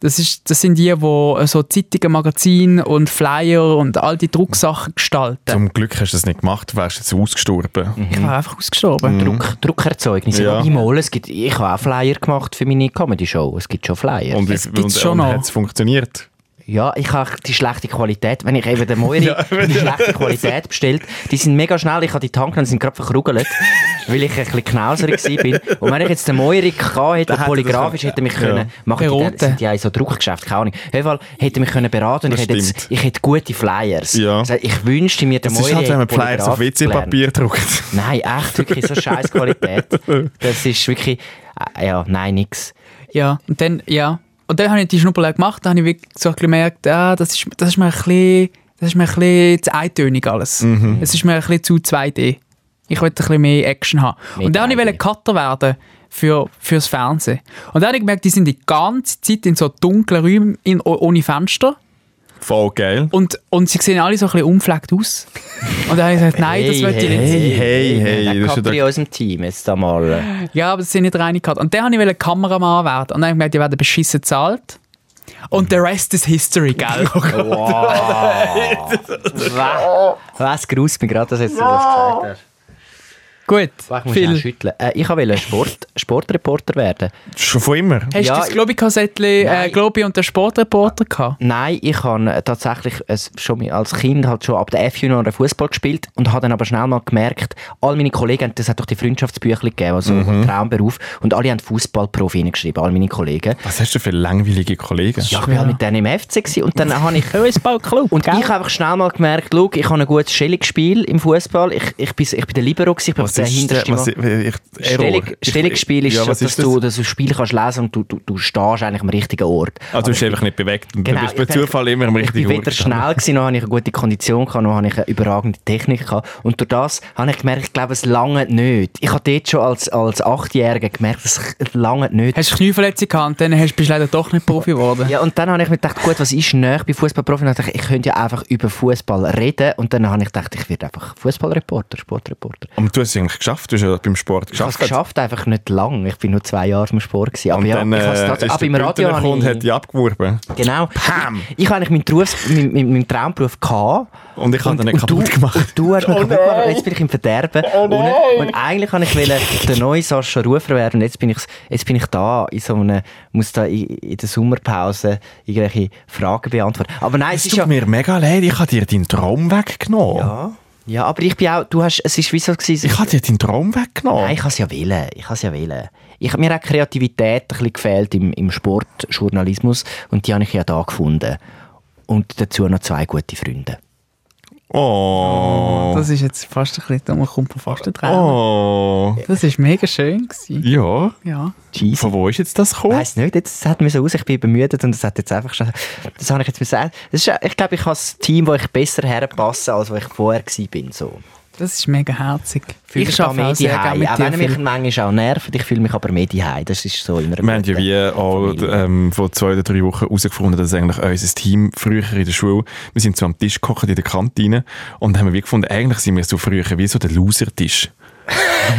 [SPEAKER 1] Das, ist, das sind die, die so Zeitungen, Magazine und Flyer und all die Drucksachen gestalten.
[SPEAKER 2] Zum Glück hast du das nicht gemacht, du wärst jetzt ausgestorben.
[SPEAKER 3] Mhm.
[SPEAKER 1] Ich war einfach ausgestorben.
[SPEAKER 2] Mhm.
[SPEAKER 3] Druck, Druckerzeugnisse.
[SPEAKER 2] Ja.
[SPEAKER 3] Ja. Mal, es gibt, ich habe auch Flyer gemacht für meine Comedy-Show. Es gibt schon Flyer.
[SPEAKER 2] Und,
[SPEAKER 1] Es
[SPEAKER 2] wie- und,
[SPEAKER 1] gibt's schon
[SPEAKER 2] und
[SPEAKER 1] noch.
[SPEAKER 2] hat es funktioniert?
[SPEAKER 3] Ja, ich habe die schlechte Qualität. Wenn ich eben den Moiri die schlechte Qualität bestellt, die sind mega schnell. Ich habe die Tanken, die sind gerade verkrugelt, weil ich ein bisschen knauserig war. Und wenn ich jetzt den Moiri gehabt hätte,
[SPEAKER 2] hätte
[SPEAKER 3] der polygraphisch
[SPEAKER 2] das-
[SPEAKER 3] hätte mich
[SPEAKER 2] ja.
[SPEAKER 3] können, machen die,
[SPEAKER 1] Beraten.
[SPEAKER 3] das sind ja in so Druckgeschäft, keine Ahnung. Auf jeden Fall hätte mich können beraten und
[SPEAKER 2] Das
[SPEAKER 3] ich hätte,
[SPEAKER 2] stimmt.
[SPEAKER 3] jetzt, ich hätte gute Flyers.
[SPEAKER 2] Ja.
[SPEAKER 3] Also ich wünschte mir, der
[SPEAKER 2] Das
[SPEAKER 3] Moiri
[SPEAKER 2] ist halt, wenn man
[SPEAKER 3] hätte
[SPEAKER 2] Flyers auf
[SPEAKER 3] Polygraph gelernt.
[SPEAKER 2] WC-Papier druckt.
[SPEAKER 3] Nein, echt, wirklich so scheiß Qualität. Das ist wirklich, äh, ja, nein, nix.
[SPEAKER 1] Ja, und dann, ja. Und dann habe ich die Schnupperlehre gemacht, dann habe ich wirklich so ein bisschen gemerkt, ah, das, ist, das ist mir ein bisschen, das ist mir ein bisschen zu eintönig alles. Es ist mir ein bisschen zu 2D. Ich wollte ein bisschen mehr Action haben.
[SPEAKER 3] Mehr
[SPEAKER 1] und dann wollte
[SPEAKER 3] 3D.
[SPEAKER 1] ich Cutter werden für, fürs Fernsehen. Und dann habe ich gemerkt, die sind die ganze Zeit in so dunklen Räumen in, oh- ohne Fenster.
[SPEAKER 2] Voll geil.
[SPEAKER 1] Und, und sie sehen alle so ein bisschen unfleckt aus. Und dann habe ich gesagt, nein, das will ich nicht.
[SPEAKER 2] Hey, hey, hey,
[SPEAKER 3] Der
[SPEAKER 2] das ist ja
[SPEAKER 3] Kapri
[SPEAKER 2] der-
[SPEAKER 3] aus dem Team jetzt da mal.
[SPEAKER 1] Ja, aber das sind nicht reine Karten. Und dann wollte ich wollte Kameramann werden. Und dann habe ich gemerkt, die werden beschissen bezahlt. Und der Rest ist History, gell?
[SPEAKER 3] Was? Was grüßt mich gerade, dass jetzt du das gesagt hast?
[SPEAKER 1] Gut,
[SPEAKER 3] Ich muss auch
[SPEAKER 1] Phil.
[SPEAKER 3] schütteln. Äh, ich wollte Sport, Sportreporter werden.
[SPEAKER 2] Schon von immer.
[SPEAKER 1] Hast
[SPEAKER 3] Ja,
[SPEAKER 1] du das
[SPEAKER 3] ich-
[SPEAKER 1] Globi-Kassettchen, äh,
[SPEAKER 3] Nein.
[SPEAKER 1] Globi und der Sportreporter gehabt?
[SPEAKER 3] Nein, ich habe tatsächlich äh, schon mi- als Kind halt schon ab der F-Junioren Fußball gespielt und habe dann aber schnell mal gemerkt, all meine Kollegen, haben- das hat doch die Freundschaftsbüchle gegeben, also
[SPEAKER 2] Mhm.
[SPEAKER 3] ein Traumberuf, und alle haben Fußballprofi hingeschrieben, all meine Kollegen.
[SPEAKER 2] Was hast du für langweilige Kollegen?
[SPEAKER 3] Ja, ich war halt mit denen im FC gewesen und dann habe ich
[SPEAKER 1] Fußballclub,
[SPEAKER 3] und ich habe einfach schnell mal gemerkt, schau, ich habe ein gutes Stellungsspiel im Fußball. Ich, ich, bin, ich bin der Libero, gewesen, ich bin
[SPEAKER 2] Was
[SPEAKER 3] der
[SPEAKER 2] ist
[SPEAKER 3] hinterste
[SPEAKER 2] der, was,
[SPEAKER 3] Mann.
[SPEAKER 2] ich, ich, Error.
[SPEAKER 3] Stellung,
[SPEAKER 2] Ich-
[SPEAKER 3] Stellungsspiel ist,
[SPEAKER 2] ja,
[SPEAKER 3] so,
[SPEAKER 2] was
[SPEAKER 3] dass
[SPEAKER 2] ist das?
[SPEAKER 3] du das Spiel kannst lesen und du, du, du stehst eigentlich am richtigen Ort.
[SPEAKER 2] Also du bist einfach nicht bewegt. und Du bist bei Zufall immer am
[SPEAKER 3] Genau, Ich
[SPEAKER 2] richtigen
[SPEAKER 3] bin weder
[SPEAKER 2] Ort.
[SPEAKER 3] schnell gewesen, noch hatte ich eine gute Kondition, gehabt, noch hatte ich eine überragende Technik. Gehabt. Und durch das habe ich gemerkt, ich glaube, es lange nicht. Ich habe dort schon als, als Achtjähriger gemerkt, es lange nicht.
[SPEAKER 1] Hast du Knieverletzung gehabt und dann hast- bist du leider doch nicht Profi geworden.
[SPEAKER 3] Ja, und dann habe ich mir gedacht, gut, was ist näher bei Fußballprofi? Und dann dachte ich, ich könnte ja einfach über Fußball reden. Und dann habe ich gedacht, ich werde einfach Fußballreporter, Sportreporter.
[SPEAKER 2] Aber du hast ja eigentlich geschafft? Du hast ja beim Sport
[SPEAKER 3] Ich habe es
[SPEAKER 2] geschafft.
[SPEAKER 3] geschafft, einfach nicht lang. Ich bin nur zwei Jahre im Sport. Gewesen. Aber
[SPEAKER 2] Und
[SPEAKER 3] ja,
[SPEAKER 2] dann
[SPEAKER 3] ich habe es
[SPEAKER 2] äh,
[SPEAKER 3] trotzdem-
[SPEAKER 2] ist
[SPEAKER 3] aber
[SPEAKER 2] der
[SPEAKER 3] im Radio
[SPEAKER 2] Bündner
[SPEAKER 3] habe
[SPEAKER 2] Kunde
[SPEAKER 3] ich,
[SPEAKER 2] hat die abgeworben.
[SPEAKER 3] Genau.
[SPEAKER 2] Pam!
[SPEAKER 3] Ich, ich habe eigentlich meinen, Berufs, meinen, meinen, meinen Traumberuf gehabt.
[SPEAKER 2] Und ich habe
[SPEAKER 3] Und-
[SPEAKER 2] den nicht
[SPEAKER 3] und du-
[SPEAKER 2] kaputt gemacht.
[SPEAKER 3] Und du hast mich kaputt gemacht. und Jetzt bin ich im Verderben. und, und eigentlich habe ich wollen, der neue Sascha Rufer werden. Und jetzt bin ich, jetzt bin ich da in so einem, muss da in, in der Sommerpause irgendwelche Fragen beantworten. Aber nein,
[SPEAKER 2] Es
[SPEAKER 3] es ist
[SPEAKER 2] tut
[SPEAKER 3] ja,
[SPEAKER 2] mir mega leid, ich habe dir deinen Traum weggenommen.
[SPEAKER 3] ja. Ja, aber ich bin auch, du hast, es ist wie so gewesen,
[SPEAKER 2] Ich habe dir deinen Traum weggenommen.
[SPEAKER 3] Nein, ich has ja wählen. Ich has ja wählen. Ich, mir hat Kreativität ein bisschen gefehlt im, im Sportjournalismus und die habe ich ja da gefunden. Und dazu noch zwei gute Freunde.
[SPEAKER 2] Oh.
[SPEAKER 1] Das ist jetzt fast ein bisschen dumm, kommt von fast den Tränen.
[SPEAKER 2] Oh.
[SPEAKER 1] Das war mega schön. Gewesen.
[SPEAKER 2] Ja.
[SPEAKER 1] Ja.
[SPEAKER 3] Cheese.
[SPEAKER 2] Von wo ist jetzt das
[SPEAKER 3] Ich
[SPEAKER 2] gekommen?
[SPEAKER 3] weiss nicht, jetzt hat mir so aus, ich bin bemüht und das hat jetzt einfach schon, das habe ich jetzt müssen. Das ist, ich glaube, ich habe ein Team, wo ich besser herpasse, als wo ich vorher war. So.
[SPEAKER 1] Das ist mega herzig.
[SPEAKER 3] Fühle mich
[SPEAKER 1] arbeite
[SPEAKER 3] da
[SPEAKER 1] gerne
[SPEAKER 3] mehr daheim. Auch wenn
[SPEAKER 1] Philipp.
[SPEAKER 3] mich manchmal auch nervt, ich fühle mich aber mehr daheim. Das ist so immer ein
[SPEAKER 2] Wir haben ja
[SPEAKER 3] guter-
[SPEAKER 2] wie auch ähm, vor zwei oder drei Wochen herausgefunden, dass eigentlich unser Team früher in der Schule, wir sind so am Tisch gekocht in der Kantine und haben wie gefunden, eigentlich sind wir so früher wie so der Loser-Tisch.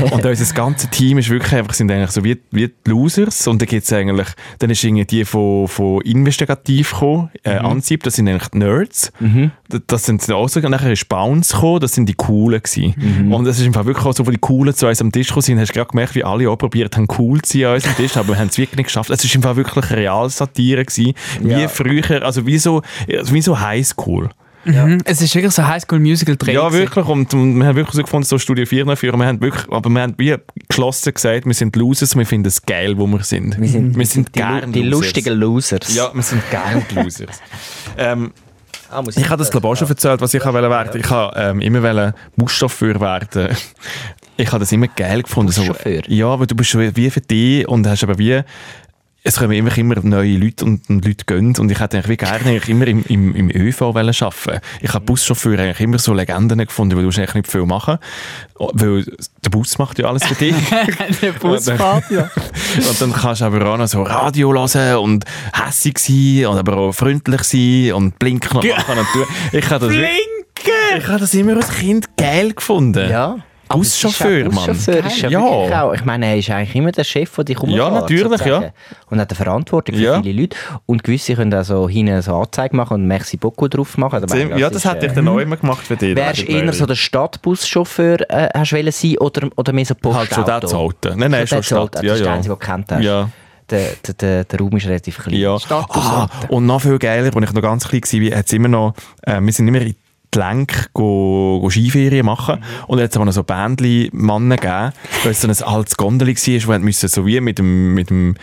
[SPEAKER 2] und unser ganzes Team ist wirklich einfach, sind eigentlich so wie, wie die Losers und dann gibt's eigentlich, dann ist irgendwie die von, von Investigativ gekommen, äh, Ansieb, das sind eigentlich die Nerds, D- das sind sie auch so, und nachher ist Bounce gekommen, das sind die Coolen gewesen. Und das ist im Fall wirklich auch so, wo die Coolen zu uns am Tisch gekommen sind, hast du gerade gemerkt, wie alle auch probiert haben, cool zu sein an unserem Tisch, aber wir haben es wirklich nicht geschafft. Es ist im Fall wirklich real Satire gewesen, wie
[SPEAKER 3] Ja.
[SPEAKER 2] früher, also wie so, wie so Highschool.
[SPEAKER 1] Mhm. Es ist wirklich so Highschool Musical Dreh.
[SPEAKER 2] Ja,
[SPEAKER 1] gewesen.
[SPEAKER 2] wirklich. Und, und wir haben wirklich so gefunden, so Studio 4 nachführen. Wir haben wirklich, aber wir haben wie geschlossen gesagt, wir sind Losers, wir finden es geil, wo wir sind. Wir
[SPEAKER 3] sind-
[SPEAKER 2] wir sind
[SPEAKER 3] Die,
[SPEAKER 2] äh, gern
[SPEAKER 3] die
[SPEAKER 2] Losers.
[SPEAKER 3] lustigen Losers.
[SPEAKER 2] Ja, wir sind gern die Losers. ähm,
[SPEAKER 3] Ah, muss
[SPEAKER 2] ich habe das, glaube ich, auch schon erzählt, was ich ja, werden wollte. Ich habe ähm, immer wollen Buschauffeur werden. Ich habe das immer geil gefunden. So,
[SPEAKER 3] Buschauffeur?
[SPEAKER 2] ja, weil du bist wie für dich und hast aber wie... Es kommen immer, immer neue Leute und, und Leute gehen und ich hätte eigentlich wie gerne eigentlich immer im, im, im ÖV wollen arbeiten Ich habe Buschauffeur eigentlich immer so Legenden gefunden, weil du musst eigentlich nicht viel machen Oh, weil der Bus macht ja alles für dich.
[SPEAKER 1] Der Busfahrt, ja.
[SPEAKER 2] Und dann kannst du aber auch noch so Radio hören und hässig sein und aber auch freundlich sein und blinken und machen und tun. Ich habe das, wirklich- ich habe das immer als Kind geil gefunden.
[SPEAKER 3] Ja. Oh, Aber es ist
[SPEAKER 2] Buschauffeur,
[SPEAKER 3] auch-
[SPEAKER 2] Mann.
[SPEAKER 3] Buschauffeur ist ja,
[SPEAKER 2] Ja.
[SPEAKER 3] wirklich auch, ich meine, er ist eigentlich immer der Chef, der dich rumfährt,
[SPEAKER 2] natürlich,
[SPEAKER 3] sozusagen.
[SPEAKER 2] ja.
[SPEAKER 3] Und hat eine Verantwortung für
[SPEAKER 2] Ja.
[SPEAKER 3] viele Leute. Und gewisse können auch so hinten so Anzeige machen und Merci Boko drauf machen. Aber
[SPEAKER 2] Ja, das
[SPEAKER 3] ist,
[SPEAKER 2] hätte ich
[SPEAKER 3] äh,
[SPEAKER 2] dann auch immer gemacht für dich.
[SPEAKER 3] Wärst du
[SPEAKER 2] David
[SPEAKER 3] eher so
[SPEAKER 2] Leary.
[SPEAKER 3] der Stadtbuschauffeur, äh, hast du wollen sein, oder, oder mehr so
[SPEAKER 2] Halt
[SPEAKER 3] Postauto?
[SPEAKER 2] schon das Alte. Nein, nein, schon
[SPEAKER 3] das Auto.
[SPEAKER 2] Stadt.
[SPEAKER 3] Das
[SPEAKER 2] Ja,
[SPEAKER 3] ist der
[SPEAKER 2] ja.
[SPEAKER 3] einzige, den du kennt hast.
[SPEAKER 2] Ja.
[SPEAKER 3] Der, der, der, der Raum ist relativ klein.
[SPEAKER 2] Ja. Ah, und noch viel geiler, als ich noch ganz klein war, hat's immer noch, äh, wir sind immer in die Lenk go, go Skiferien machen
[SPEAKER 3] Mhm.
[SPEAKER 2] und jetzt haben wir noch so Bändli-Mannen gegeben, weil es so ein altes Gondeli war, wo wir müssen so wie mit dem, mit dem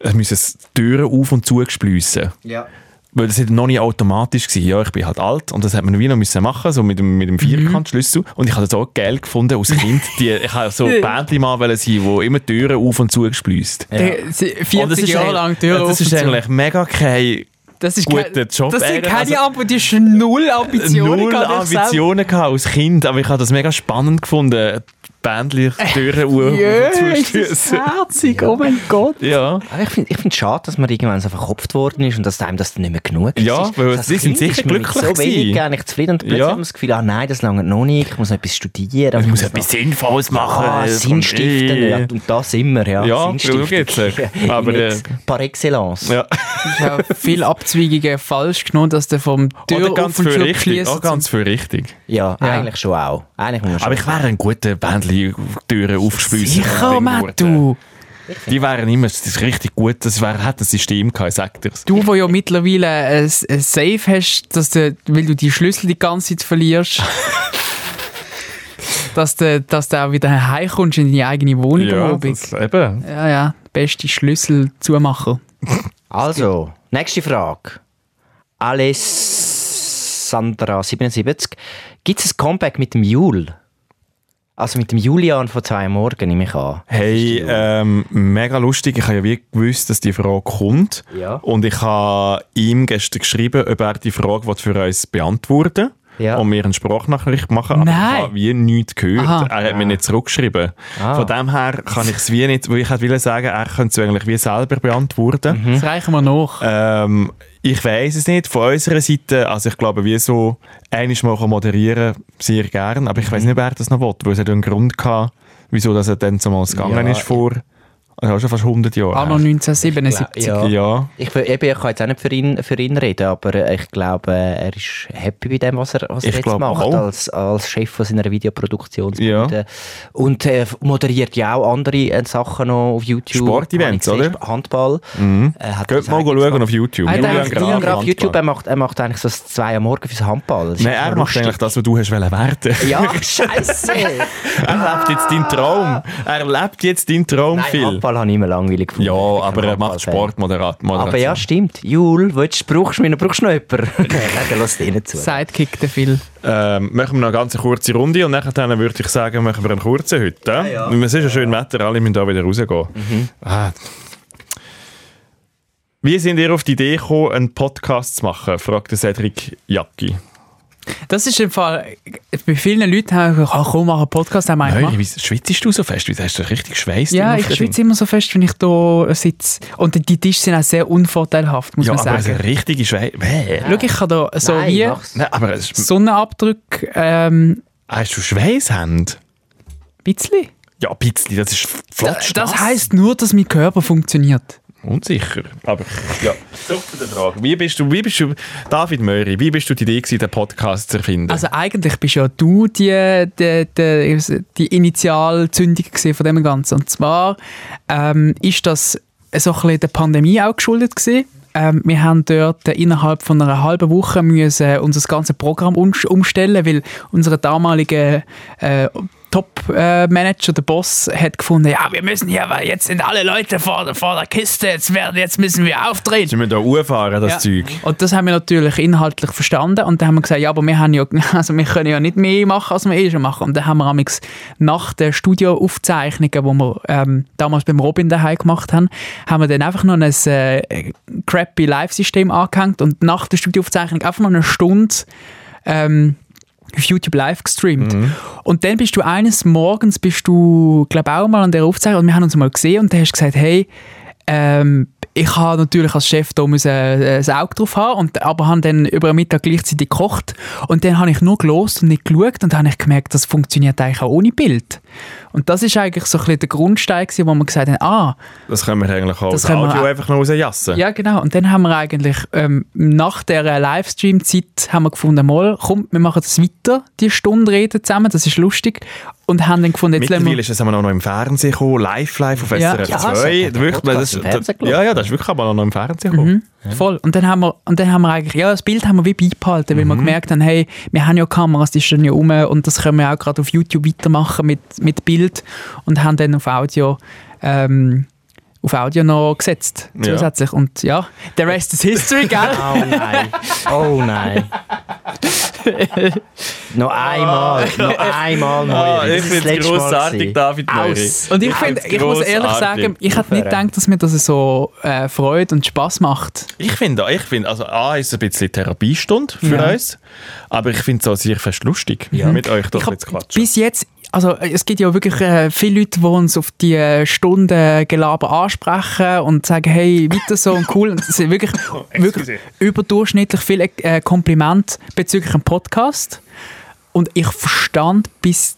[SPEAKER 2] äh, müssen die Türen auf und zu gespläussen.
[SPEAKER 3] Ja.
[SPEAKER 2] Weil das war noch nicht automatisch. Gewesen. Ja, ich bin halt alt und das hat man wie noch müssen machen, so mit dem, mit dem Vierkantschlüssel. Und ich habe das auch geil gefunden als Kind. Die, ich habe so Bändli-Mann wollen sein, wo immer die Türen auf und zu gespläusst.
[SPEAKER 1] Der- sie- 40
[SPEAKER 2] ist
[SPEAKER 1] Jahre
[SPEAKER 2] eigentlich-
[SPEAKER 1] lang Tür
[SPEAKER 2] Das ist
[SPEAKER 1] offen zu.
[SPEAKER 2] eigentlich mega kein
[SPEAKER 1] das ist
[SPEAKER 2] guter
[SPEAKER 1] kein-
[SPEAKER 2] Job,
[SPEAKER 1] Das sind
[SPEAKER 2] Aaron.
[SPEAKER 1] keine
[SPEAKER 2] Also-
[SPEAKER 1] Ambitionen, das ist null Ambitionen.
[SPEAKER 2] null
[SPEAKER 1] gerade ich selbst.
[SPEAKER 2] Ambitionen gehabt als Kind, aber ich habe das mega spannend gefunden. Bändlich Türen auf
[SPEAKER 1] Äh, Jö,
[SPEAKER 2] und
[SPEAKER 1] ist
[SPEAKER 2] zu
[SPEAKER 1] das
[SPEAKER 2] stössen.
[SPEAKER 1] herzig, oh mein Gott.
[SPEAKER 2] Ja.
[SPEAKER 3] Aber ich finde ich find's schade, dass man irgendwann so verkopft worden ist und dass einem das dann nicht mehr genug ist.
[SPEAKER 2] Ja,
[SPEAKER 3] Das ist-
[SPEAKER 2] weil
[SPEAKER 3] als
[SPEAKER 2] sie sind
[SPEAKER 3] Kind
[SPEAKER 2] sicher
[SPEAKER 3] ist man mit
[SPEAKER 2] glücklich
[SPEAKER 3] so wenig
[SPEAKER 2] gewesen.
[SPEAKER 3] gar nicht zufrieden und plötzlich
[SPEAKER 2] Ja.
[SPEAKER 3] hat man das Gefühl, ah nein, das lange noch nicht, ich muss noch etwas studieren.
[SPEAKER 2] Ich muss
[SPEAKER 3] noch-
[SPEAKER 1] Ah,
[SPEAKER 2] etwas Sinnvolles machen.
[SPEAKER 3] Ah,
[SPEAKER 2] Es
[SPEAKER 3] Sinn
[SPEAKER 2] kommt-
[SPEAKER 3] stiften. Ja, und das immer, ja.
[SPEAKER 2] Ja,
[SPEAKER 3] Sinn
[SPEAKER 2] darum geht's
[SPEAKER 3] stiften.
[SPEAKER 2] ja. Aber, äh,
[SPEAKER 3] Jetzt Par excellence.
[SPEAKER 2] Ja.
[SPEAKER 1] Ich habe viele Abzweigungen falsch genommen, dass Oh, der vom Tür
[SPEAKER 2] Oder
[SPEAKER 1] auf
[SPEAKER 2] ganz
[SPEAKER 1] und
[SPEAKER 2] viel
[SPEAKER 1] zu
[SPEAKER 2] richtig.
[SPEAKER 1] schliessen
[SPEAKER 2] Auch ganz viel richtig.
[SPEAKER 3] Ja, eigentlich schon auch. Eigentlich muss man
[SPEAKER 2] Aber ich wäre ein guter Bändli Türen aufspülen.
[SPEAKER 1] zum- Sicher, Matt, du.
[SPEAKER 2] äh. Die wären immer das ist richtig gut. Das wäre, hat ein System gehabt, sagt er's.
[SPEAKER 1] Du, wo ja mittlerweile ein, ein Safe hast, dass du, weil du die Schlüssel die ganze Zeit verlierst, dass du, dass du auch wieder heimkommst in deine eigene Wohnung am
[SPEAKER 2] Ja,
[SPEAKER 1] Abend.
[SPEAKER 2] das, eben.
[SPEAKER 1] Ja, ja, beste Schlüsselzumacher.
[SPEAKER 3] Also, nächste Frage. Alessandra77. Gibt es ein Comeback mit dem Jul? Also mit dem Julian von zwei am Morgen, nehme ich an.
[SPEAKER 2] Hey, ähm, mega lustig. Ich habe ja wie gewusst, dass die Frage kommt.
[SPEAKER 3] Ja.
[SPEAKER 2] Und ich habe ihm gestern geschrieben, ob er die Frage will für uns beantworten will.
[SPEAKER 3] Ja.
[SPEAKER 2] und mir eine Sprachnachricht machen, aber
[SPEAKER 1] Nein.
[SPEAKER 2] ich habe wie nichts gehört.
[SPEAKER 1] Aha.
[SPEAKER 2] Er hat mir nicht zurückgeschrieben.
[SPEAKER 3] Ah.
[SPEAKER 2] Von dem her kann ich es wie nicht, weil ich hätte wollen sagen, er könnte es eigentlich wie selber beantworten.
[SPEAKER 1] Das reichen wir nach.
[SPEAKER 2] Ähm, ich weiß es nicht. Von unserer Seite, also ich glaube, wie so einiges Mal kann moderieren sehr gern, aber ich
[SPEAKER 3] Mhm.
[SPEAKER 2] weiß nicht, wer das noch will, weil es hat einen Grund gehabt, wieso das er dann zumal gegangen
[SPEAKER 3] Ja,
[SPEAKER 2] ist vor, also schon fast 100 Jahren.
[SPEAKER 1] Anno 1977.
[SPEAKER 3] Ja.
[SPEAKER 2] ja. ja.
[SPEAKER 3] Ich, will- eben, ich kann jetzt auch nicht für ihn, für ihn reden, aber äh, ich glaube, äh, er ist happy bei dem, was er, was er
[SPEAKER 2] Ich
[SPEAKER 3] jetzt
[SPEAKER 2] glaube
[SPEAKER 3] macht,
[SPEAKER 2] auch.
[SPEAKER 3] als, als Chef von seiner Videoproduktionsbühne. Und äh, moderiert ja auch andere äh, Sachen noch auf YouTube.
[SPEAKER 2] Sportevents,
[SPEAKER 3] Habe ich gesehen,
[SPEAKER 2] oder?
[SPEAKER 3] Handball. Mhm. Äh, hat
[SPEAKER 2] Geht
[SPEAKER 3] das
[SPEAKER 2] mal
[SPEAKER 3] eigentlich
[SPEAKER 2] schauen
[SPEAKER 3] gemacht.
[SPEAKER 2] auf YouTube.
[SPEAKER 1] Ah,
[SPEAKER 2] Julian
[SPEAKER 1] der-
[SPEAKER 2] Graf,
[SPEAKER 3] Julian Graf,
[SPEAKER 2] Handball.
[SPEAKER 3] YouTube, er macht, er macht eigentlich so das 2 am Morgen fürs Handball. Das ist
[SPEAKER 2] Nein, er macht
[SPEAKER 3] schon lustig.
[SPEAKER 2] eigentlich das, was du hast wollen werden.
[SPEAKER 3] Ja, scheiße!
[SPEAKER 2] Er lebt jetzt deinen Traum. Er lebt jetzt deinen Traum,
[SPEAKER 3] Nein,
[SPEAKER 2] Phil.
[SPEAKER 3] Handball habe ich immer langweilig gefunden.
[SPEAKER 2] Ja,
[SPEAKER 3] Ich bin
[SPEAKER 2] aber
[SPEAKER 3] kein
[SPEAKER 2] er macht
[SPEAKER 3] Handballfan.
[SPEAKER 2] Sport moderat. moderat.
[SPEAKER 3] Aber ja, stimmt. Jul, willst, brauchst du mich noch? Brauchst du noch jemanden? Nein, dann lass denen zu.
[SPEAKER 1] Sidekick der Phil.
[SPEAKER 2] Ähm, machen wir noch eine ganz kurze Runde und nachher dann würde ich sagen, machen wir einen kurzen heute. Ja, Es ist ja schön Wetter, alle müssen da wieder rausgehen.
[SPEAKER 1] Mhm.
[SPEAKER 2] Ah. Wie sind ihr auf die Idee gekommen, einen Podcast zu machen? fragte Cedric Jacki.
[SPEAKER 1] Das ist im Fall, bei vielen Leuten haben wir gesagt, "Ah, komm, mach einen Podcast, haben wir einen gemacht.
[SPEAKER 2] schwitzt du so fest? Wieso hast du richtig geschweißt?
[SPEAKER 1] Ja, ich schwitze immer so fest, wenn ich hier sitze. Und die Tische sind auch sehr unvorteilhaft, muss
[SPEAKER 2] Ja,
[SPEAKER 1] man
[SPEAKER 2] aber es ist
[SPEAKER 1] sagen.
[SPEAKER 2] eine richtige Schweiß.
[SPEAKER 1] Schau, ich kann da so
[SPEAKER 3] Nein,
[SPEAKER 1] wie
[SPEAKER 3] mach's.
[SPEAKER 2] Nein, aber es ist,
[SPEAKER 1] Sonnenabdrück, ähm,
[SPEAKER 2] hast du Schweißhand?
[SPEAKER 1] bisschen.
[SPEAKER 2] Ja, ein bisschen, das ist flotsch.
[SPEAKER 1] Das, das heisst nur, dass mein Körper funktioniert.
[SPEAKER 2] Unsicher. Aber ja, zurück zu der Frage. Wie bist du, wie bist du, David Möri, wie bist du die Idee gewesen, den Podcast zu erfinden?
[SPEAKER 1] Also eigentlich bist ja du die, die, die, die Initialzündung gewesen von dem Ganzen. Und zwar ähm, ist das so ein bisschen der Pandemie auch geschuldet gewesen. Ähm, wir haben dort innerhalb von einer halben Woche müssen unser ganzes Programm umst- umstellen, weil unser damaliger äh, Top-Manager, der Boss, hat gefunden, ja, wir müssen hier, weil jetzt sind alle Leute vor, der- vor der Kiste, jetzt, werden, jetzt müssen wir auftreten.
[SPEAKER 2] Sind wir da umfahren, das Zeug?
[SPEAKER 1] Und das haben wir natürlich inhaltlich verstanden und dann haben wir gesagt, ja, aber wir, haben ja, also wir können ja nicht mehr machen, als wir eh schon machen. Und dann haben wir amigs nach den Studioaufzeichnungen, wo wir ähm, damals beim Robin daheim gemacht haben, haben wir dann einfach noch ein äh, crappy Live-System angehängt und nach der Studioaufzeichnung einfach noch eine Stunde ähm, auf YouTube live gestreamt.
[SPEAKER 2] Mhm.
[SPEAKER 1] Und dann bist du eines Morgens, bist du, glaube auch mal an der Aufzeichnung, und wir haben uns mal gesehen und dann hast du gesagt, hey, ähm, ich habe natürlich als Chef da müssen, äh, ein Auge drauf haben, und, aber habe dann über den Mittag gleichzeitig gekocht. Und dann habe ich nur gelost und nicht geschaut und dann habe ich gemerkt, das funktioniert eigentlich auch ohne Bild. Und das ist eigentlich so ein bisschen der Grundstein, gewesen, wo wir gesagt haben, ah,
[SPEAKER 2] Das können wir eigentlich auch
[SPEAKER 1] Das
[SPEAKER 2] das
[SPEAKER 1] können wir
[SPEAKER 2] Audio
[SPEAKER 1] auch-
[SPEAKER 2] einfach noch rausjassen.
[SPEAKER 1] ja, genau. Und dann haben wir eigentlich ähm, nach dieser Livestream-Zeit haben wir gefunden, mal, komm, wir machen das weiter, die Stunde reden zusammen, das ist lustig. Und haben dann gefunden, jetzt lassen
[SPEAKER 2] Mittlerweile
[SPEAKER 1] wir...
[SPEAKER 2] ist es aber auch noch im Fernsehen gekommen, live, live auf
[SPEAKER 1] Ja.
[SPEAKER 2] SRF
[SPEAKER 3] Ja, es hat
[SPEAKER 2] 2.
[SPEAKER 3] ja den
[SPEAKER 2] Wirklich,
[SPEAKER 3] Podcast
[SPEAKER 2] das,
[SPEAKER 3] im Fernsehen
[SPEAKER 2] das,
[SPEAKER 3] geschaut.
[SPEAKER 2] ja, ja, das ist wirklich aber auch noch im Fernsehen gekommen.
[SPEAKER 1] Mhm. Voll. Und dann haben wir, und dann haben wir eigentlich, ja, das Bild haben wir wie beibehalten,
[SPEAKER 2] Mhm.
[SPEAKER 1] weil wir gemerkt haben, hey, wir haben ja Kameras, die stehen ja rum und das können wir auch gerade auf YouTube weitermachen mit, mit Bild und haben dann auf Audio, ähm, auf Audio noch gesetzt,
[SPEAKER 2] Ja.
[SPEAKER 1] zusätzlich. Und ja, der Rest ist History, gell?
[SPEAKER 3] Oh nein. Oh nein. noch einmal. Noch einmal,
[SPEAKER 1] Oh,
[SPEAKER 2] Ah, ich
[SPEAKER 3] Moiri. Das ist das
[SPEAKER 2] finde es
[SPEAKER 3] letzte Mal
[SPEAKER 2] grossartig,
[SPEAKER 3] gewesen.
[SPEAKER 2] David Möri.
[SPEAKER 3] Aus.
[SPEAKER 1] Und ich
[SPEAKER 2] Ich
[SPEAKER 1] finde,
[SPEAKER 2] find's
[SPEAKER 1] ich muss ehrlich
[SPEAKER 2] grossartig.
[SPEAKER 1] sagen, ich hätte nicht
[SPEAKER 3] Aufhören.
[SPEAKER 1] gedacht, dass mir das so äh, Freude und Spaß macht.
[SPEAKER 2] Ich finde, ich finde, also A ist es ein bisschen Therapiestunde für
[SPEAKER 1] Ja.
[SPEAKER 2] uns, aber ich finde es auch sehr fast lustig, mit euch
[SPEAKER 1] ich
[SPEAKER 2] doch
[SPEAKER 1] hab
[SPEAKER 2] jetzt quatschen.
[SPEAKER 1] bis jetzt, also äh, es gibt ja wirklich äh, viele Leute, die uns auf die äh, Stunden Gelaber ansprechen und sagen, hey, weiter so und cool. Und es sind wirklich,
[SPEAKER 2] Oh,
[SPEAKER 1] wirklich überdurchschnittlich viele äh, Komplimente bezüglich dem Podcast. Und ich verstand bis,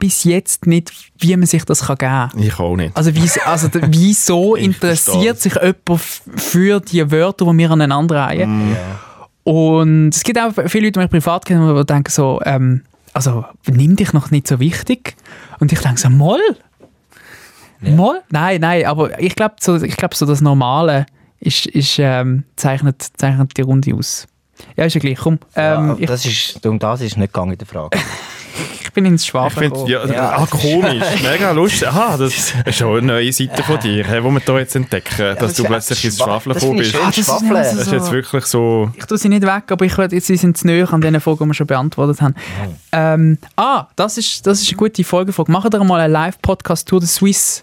[SPEAKER 1] bis jetzt nicht, wie man sich das kann geben kann.
[SPEAKER 2] Ich auch nicht.
[SPEAKER 1] Also, wie, also d- wieso
[SPEAKER 2] Ich
[SPEAKER 1] interessiert sich jemand f- für die Wörter, die wir aneinander reihen?
[SPEAKER 3] Mm.
[SPEAKER 1] Und es gibt auch viele Leute, die mich privat kennen, die denken so, ähm, also nimm dich noch nicht so wichtig. Und ich denke so, moll? Moll? Nein, nein, aber ich glaube, so, ich glaub, so das Normale ist, ist, ähm, zeichnet, zeichnet die Runde aus. Ja, ist ja gleich, komm. Ähm,
[SPEAKER 3] Ja, das ist, um das ist nicht gegangen in der Frage.
[SPEAKER 1] ich bin ins
[SPEAKER 2] Ich
[SPEAKER 1] Schwaben
[SPEAKER 2] finde,
[SPEAKER 1] gekommen.
[SPEAKER 2] ja, ah, komisch, mega lustig. Aha, das ist schon eine neue Seite von dir, die wir da jetzt entdecken, dass du plötzlich ins Schwafeln
[SPEAKER 3] Das finde
[SPEAKER 2] gekommen
[SPEAKER 3] ich
[SPEAKER 2] bist.
[SPEAKER 3] schön,
[SPEAKER 1] Ah, das ist nicht
[SPEAKER 3] Schwafeln.
[SPEAKER 1] so-
[SPEAKER 2] Das ist jetzt wirklich so...
[SPEAKER 1] ich tue sie nicht weg, aber ich will, jetzt, sie sind zu nahe an den Fragen, die wir schon beantwortet haben.
[SPEAKER 2] Oh.
[SPEAKER 1] Ähm, ah, das ist, das ist eine gute Folge. Machen wir mal eine Live-Podcast Tour de Suisse.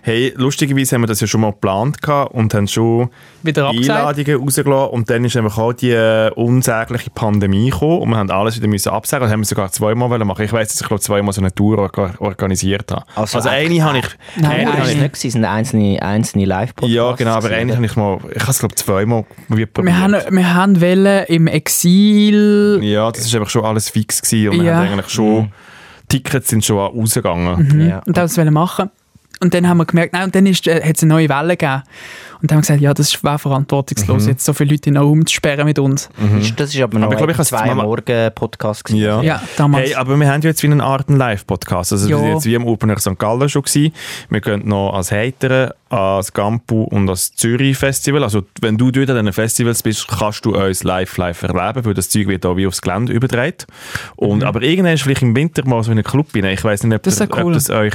[SPEAKER 2] hey, lustigerweise haben wir das ja schon mal geplant gehabt und haben schon
[SPEAKER 1] Wieder abgesagt.
[SPEAKER 2] Einladungen rausgelassen und dann ist einfach auch die äh, unsägliche Pandemie gekommen und wir haben alles wieder müssen absagen. Das haben wir sogar zweimal wollen machen. Ich weiss, dass ich glaube zweimal so eine Tour orga- organisiert habe.
[SPEAKER 3] Also
[SPEAKER 2] Also,
[SPEAKER 3] echt?
[SPEAKER 2] eine habe ich...
[SPEAKER 1] Nein,
[SPEAKER 2] eine
[SPEAKER 1] nein,
[SPEAKER 2] habe
[SPEAKER 3] Das
[SPEAKER 2] ich-
[SPEAKER 3] war nicht, gewesen, es waren einzelne, einzelne Live-Podcasts.
[SPEAKER 2] ja, genau, aber
[SPEAKER 3] gewesen.
[SPEAKER 2] eine habe ich mal... Ich habe es glaube zweimal probiert.
[SPEAKER 1] Wir haben, wir haben wollen im Exil.
[SPEAKER 2] Ja, das war einfach schon alles fix gewesen und wir
[SPEAKER 1] Ja. Mhm.
[SPEAKER 2] haben eigentlich schon... Tickets sind schon rausgegangen.
[SPEAKER 3] Ja.
[SPEAKER 1] Und das wollen machen. Und dann haben wir gemerkt, nein, und dann ist, äh, hat es eine neue Welle gegeben. Und dann haben wir gesagt, ja, das wäre verantwortungslos,
[SPEAKER 2] Mhm.
[SPEAKER 1] jetzt so viele Leute in einen Raum zu sperren mit uns.
[SPEAKER 3] Ist- Mhm. Das war aber noch
[SPEAKER 2] ich glaube, ich
[SPEAKER 3] ein
[SPEAKER 2] hab's jetzt mal-
[SPEAKER 3] Zwei-Morgen-Podcast. gewesen.
[SPEAKER 2] Ja.
[SPEAKER 1] Ja, damals.
[SPEAKER 2] Hey, aber wir haben ja jetzt wie einen Art einen Live-Podcast. Also wir
[SPEAKER 1] Ja.
[SPEAKER 2] sind jetzt wie im Opener St. Gallen schon gewesen. Wir gehen noch ans Heiteren, ans Gampu und ans Zürich-Festival. Also wenn du dort an diesen Festivals bist, kannst du uns live live erleben, weil das Zeug wird auch wie aufs Gelände übertragen. Und, Aber irgendwann ist vielleicht im Winter mal so in einen Club rein. Ich weiß nicht, ob
[SPEAKER 1] Mhm. Das
[SPEAKER 2] das,
[SPEAKER 1] ist ja
[SPEAKER 2] ob
[SPEAKER 1] cool.
[SPEAKER 2] das euch...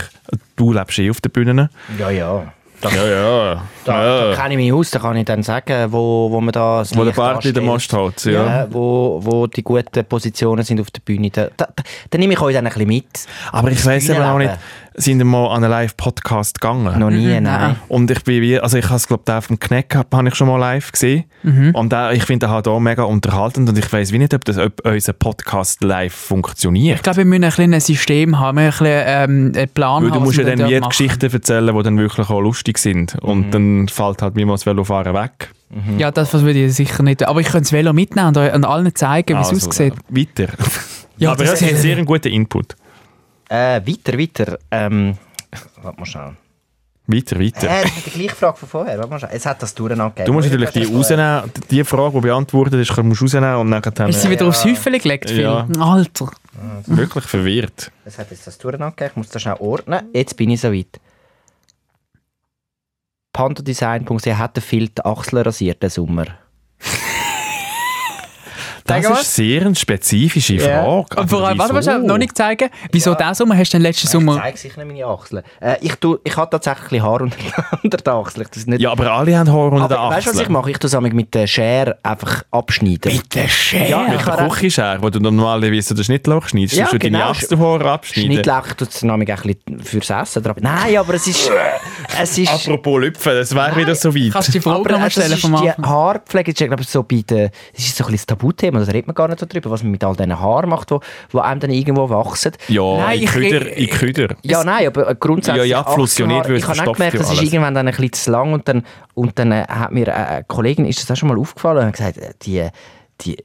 [SPEAKER 2] Du lebst eh auf der Bühne.
[SPEAKER 3] ja, ja.
[SPEAKER 2] ja, ja.
[SPEAKER 3] Da kenne ich mich aus, da kann ich dann sagen, wo, wo man da das
[SPEAKER 2] Wo der
[SPEAKER 3] Licht
[SPEAKER 2] Bart in den
[SPEAKER 3] anstellt.
[SPEAKER 2] Mast hat. Ja.
[SPEAKER 3] Ja. wo, wo die guten Positionen sind auf der Bühne. Da, da, da, da nehme ich euch dann ein bisschen mit.
[SPEAKER 2] Aber ich weiß eben auch nicht,
[SPEAKER 3] Bühnenleben.
[SPEAKER 2] sind wir mal an einen Live-Podcast gegangen?
[SPEAKER 3] Noch nie, nein.
[SPEAKER 2] Und ich bin wie, also ich habe es glaube ich vom Kneck gehabt, habe ich schon mal live gesehen.
[SPEAKER 1] Mhm.
[SPEAKER 2] Und der, ich finde den halt auch mega unterhaltend und ich weiß wie nicht, ob, das, ob unser Podcast live funktioniert.
[SPEAKER 1] Ich glaube, wir müssen ein bisschen ein System haben, wir müssen ein bisschen, ähm, einen Plan
[SPEAKER 2] Weil du
[SPEAKER 1] haben.
[SPEAKER 2] musst ja
[SPEAKER 1] was wir
[SPEAKER 2] dann
[SPEAKER 1] dort
[SPEAKER 2] wie
[SPEAKER 1] machen. Mhm.
[SPEAKER 2] Geschichten erzählen, die dann wirklich auch lustig sind. Und dann fällt halt mir mal das Velofahren weg.
[SPEAKER 1] Ja, das was würde ich sicher nicht. Aber ich könnte das Velo mitnehmen und euch- und allen zeigen, wie es
[SPEAKER 2] Also,
[SPEAKER 1] aussieht.
[SPEAKER 2] Weiter.
[SPEAKER 1] Ja,
[SPEAKER 2] Aber
[SPEAKER 1] das
[SPEAKER 2] das ist ein sehr guter Input.
[SPEAKER 3] Äh, weiter, weiter. Ähm, warte mal schnell.
[SPEAKER 2] Weiter, weiter.
[SPEAKER 3] Äh, das ist die gleiche Frage von vorher. Warte mal schnell. Es hat das durcheinander gegeben.
[SPEAKER 1] Äh,
[SPEAKER 2] Du musst natürlich die rausnehmen, die Frage, die beantwortet ist, musst du rausnehmen und dann
[SPEAKER 1] Ist sie
[SPEAKER 2] äh,
[SPEAKER 1] wieder aufs Häufchen gelegt? Phil?
[SPEAKER 2] Ja.
[SPEAKER 1] Alter.
[SPEAKER 2] wirklich verwirrt.
[SPEAKER 3] Es hat jetzt das durcheinander gegeben. Ich muss das schnell ordnen. Jetzt bin ich soweit. Pantodesign.de hat den Filter Achsel rasiert den Sommer.
[SPEAKER 2] Das
[SPEAKER 1] Sagen wir?
[SPEAKER 2] ist sehr eine spezifische Frage.
[SPEAKER 3] Ja.
[SPEAKER 1] Und vor allem, warte,
[SPEAKER 2] wieso?
[SPEAKER 1] warte, warte, noch nicht zeigen. Wieso
[SPEAKER 3] Ja.
[SPEAKER 1] diesen Sommer hast du den letzten
[SPEAKER 3] Ich
[SPEAKER 1] Sommer?
[SPEAKER 3] zeige sicher nicht meine Achseln. Äh, ich, tu, ich habe tatsächlich Haar unter, unter den Achseln. Ich tu's nicht
[SPEAKER 2] Ja, aber alle haben Haare unter den
[SPEAKER 3] Aber weißt du, was ich
[SPEAKER 2] Achseln.
[SPEAKER 3] mache? Ich tue es manchmal mit der Schere einfach abschneiden. Mit der Schere? Ja,
[SPEAKER 2] Mit
[SPEAKER 3] ich
[SPEAKER 2] der
[SPEAKER 3] kann
[SPEAKER 2] Küchenschere, wo du normalerweise das Schnittlauch schneidest,
[SPEAKER 3] Ja,
[SPEAKER 2] ja, du
[SPEAKER 3] genau.
[SPEAKER 2] deine Achselhaare abschneiden.
[SPEAKER 3] Schnittlauch tut es manchmal auch ein bisschen fürs Essen drauf. Nein, aber es ist... es ist...
[SPEAKER 2] Apropos Lüpfen, das wäre wieder so
[SPEAKER 1] Kannst du
[SPEAKER 2] weit.
[SPEAKER 1] die Frage
[SPEAKER 3] Aber
[SPEAKER 1] nochmal
[SPEAKER 3] es
[SPEAKER 1] stellen
[SPEAKER 3] ist die
[SPEAKER 1] vom Anfang?
[SPEAKER 3] Haarpflege, das ist, glaube ich, so bei den, es ist so ein bisschen das Tabuthema, da redet man gar nicht so drüber, was man mit all diesen Haaren macht, die, die einem dann irgendwo wachsen.
[SPEAKER 2] Ja,
[SPEAKER 1] Nein,
[SPEAKER 2] in
[SPEAKER 1] ich-
[SPEAKER 2] Köder, in Köder.
[SPEAKER 3] Ja, nein, aber äh, grundsätzlich.
[SPEAKER 2] Ja, ja, Abfluss ja nicht,
[SPEAKER 3] Achselhaar-
[SPEAKER 2] weil es
[SPEAKER 3] Ich habe auch
[SPEAKER 2] verstopft
[SPEAKER 3] gemerkt,
[SPEAKER 2] ja
[SPEAKER 3] das ist
[SPEAKER 2] alles.
[SPEAKER 3] irgendwann dann ein bisschen zu lang und dann, und dann äh, hat mir äh, eine Kollegin, ist das auch schon mal aufgefallen, und hat gesagt, äh, die, die, äh,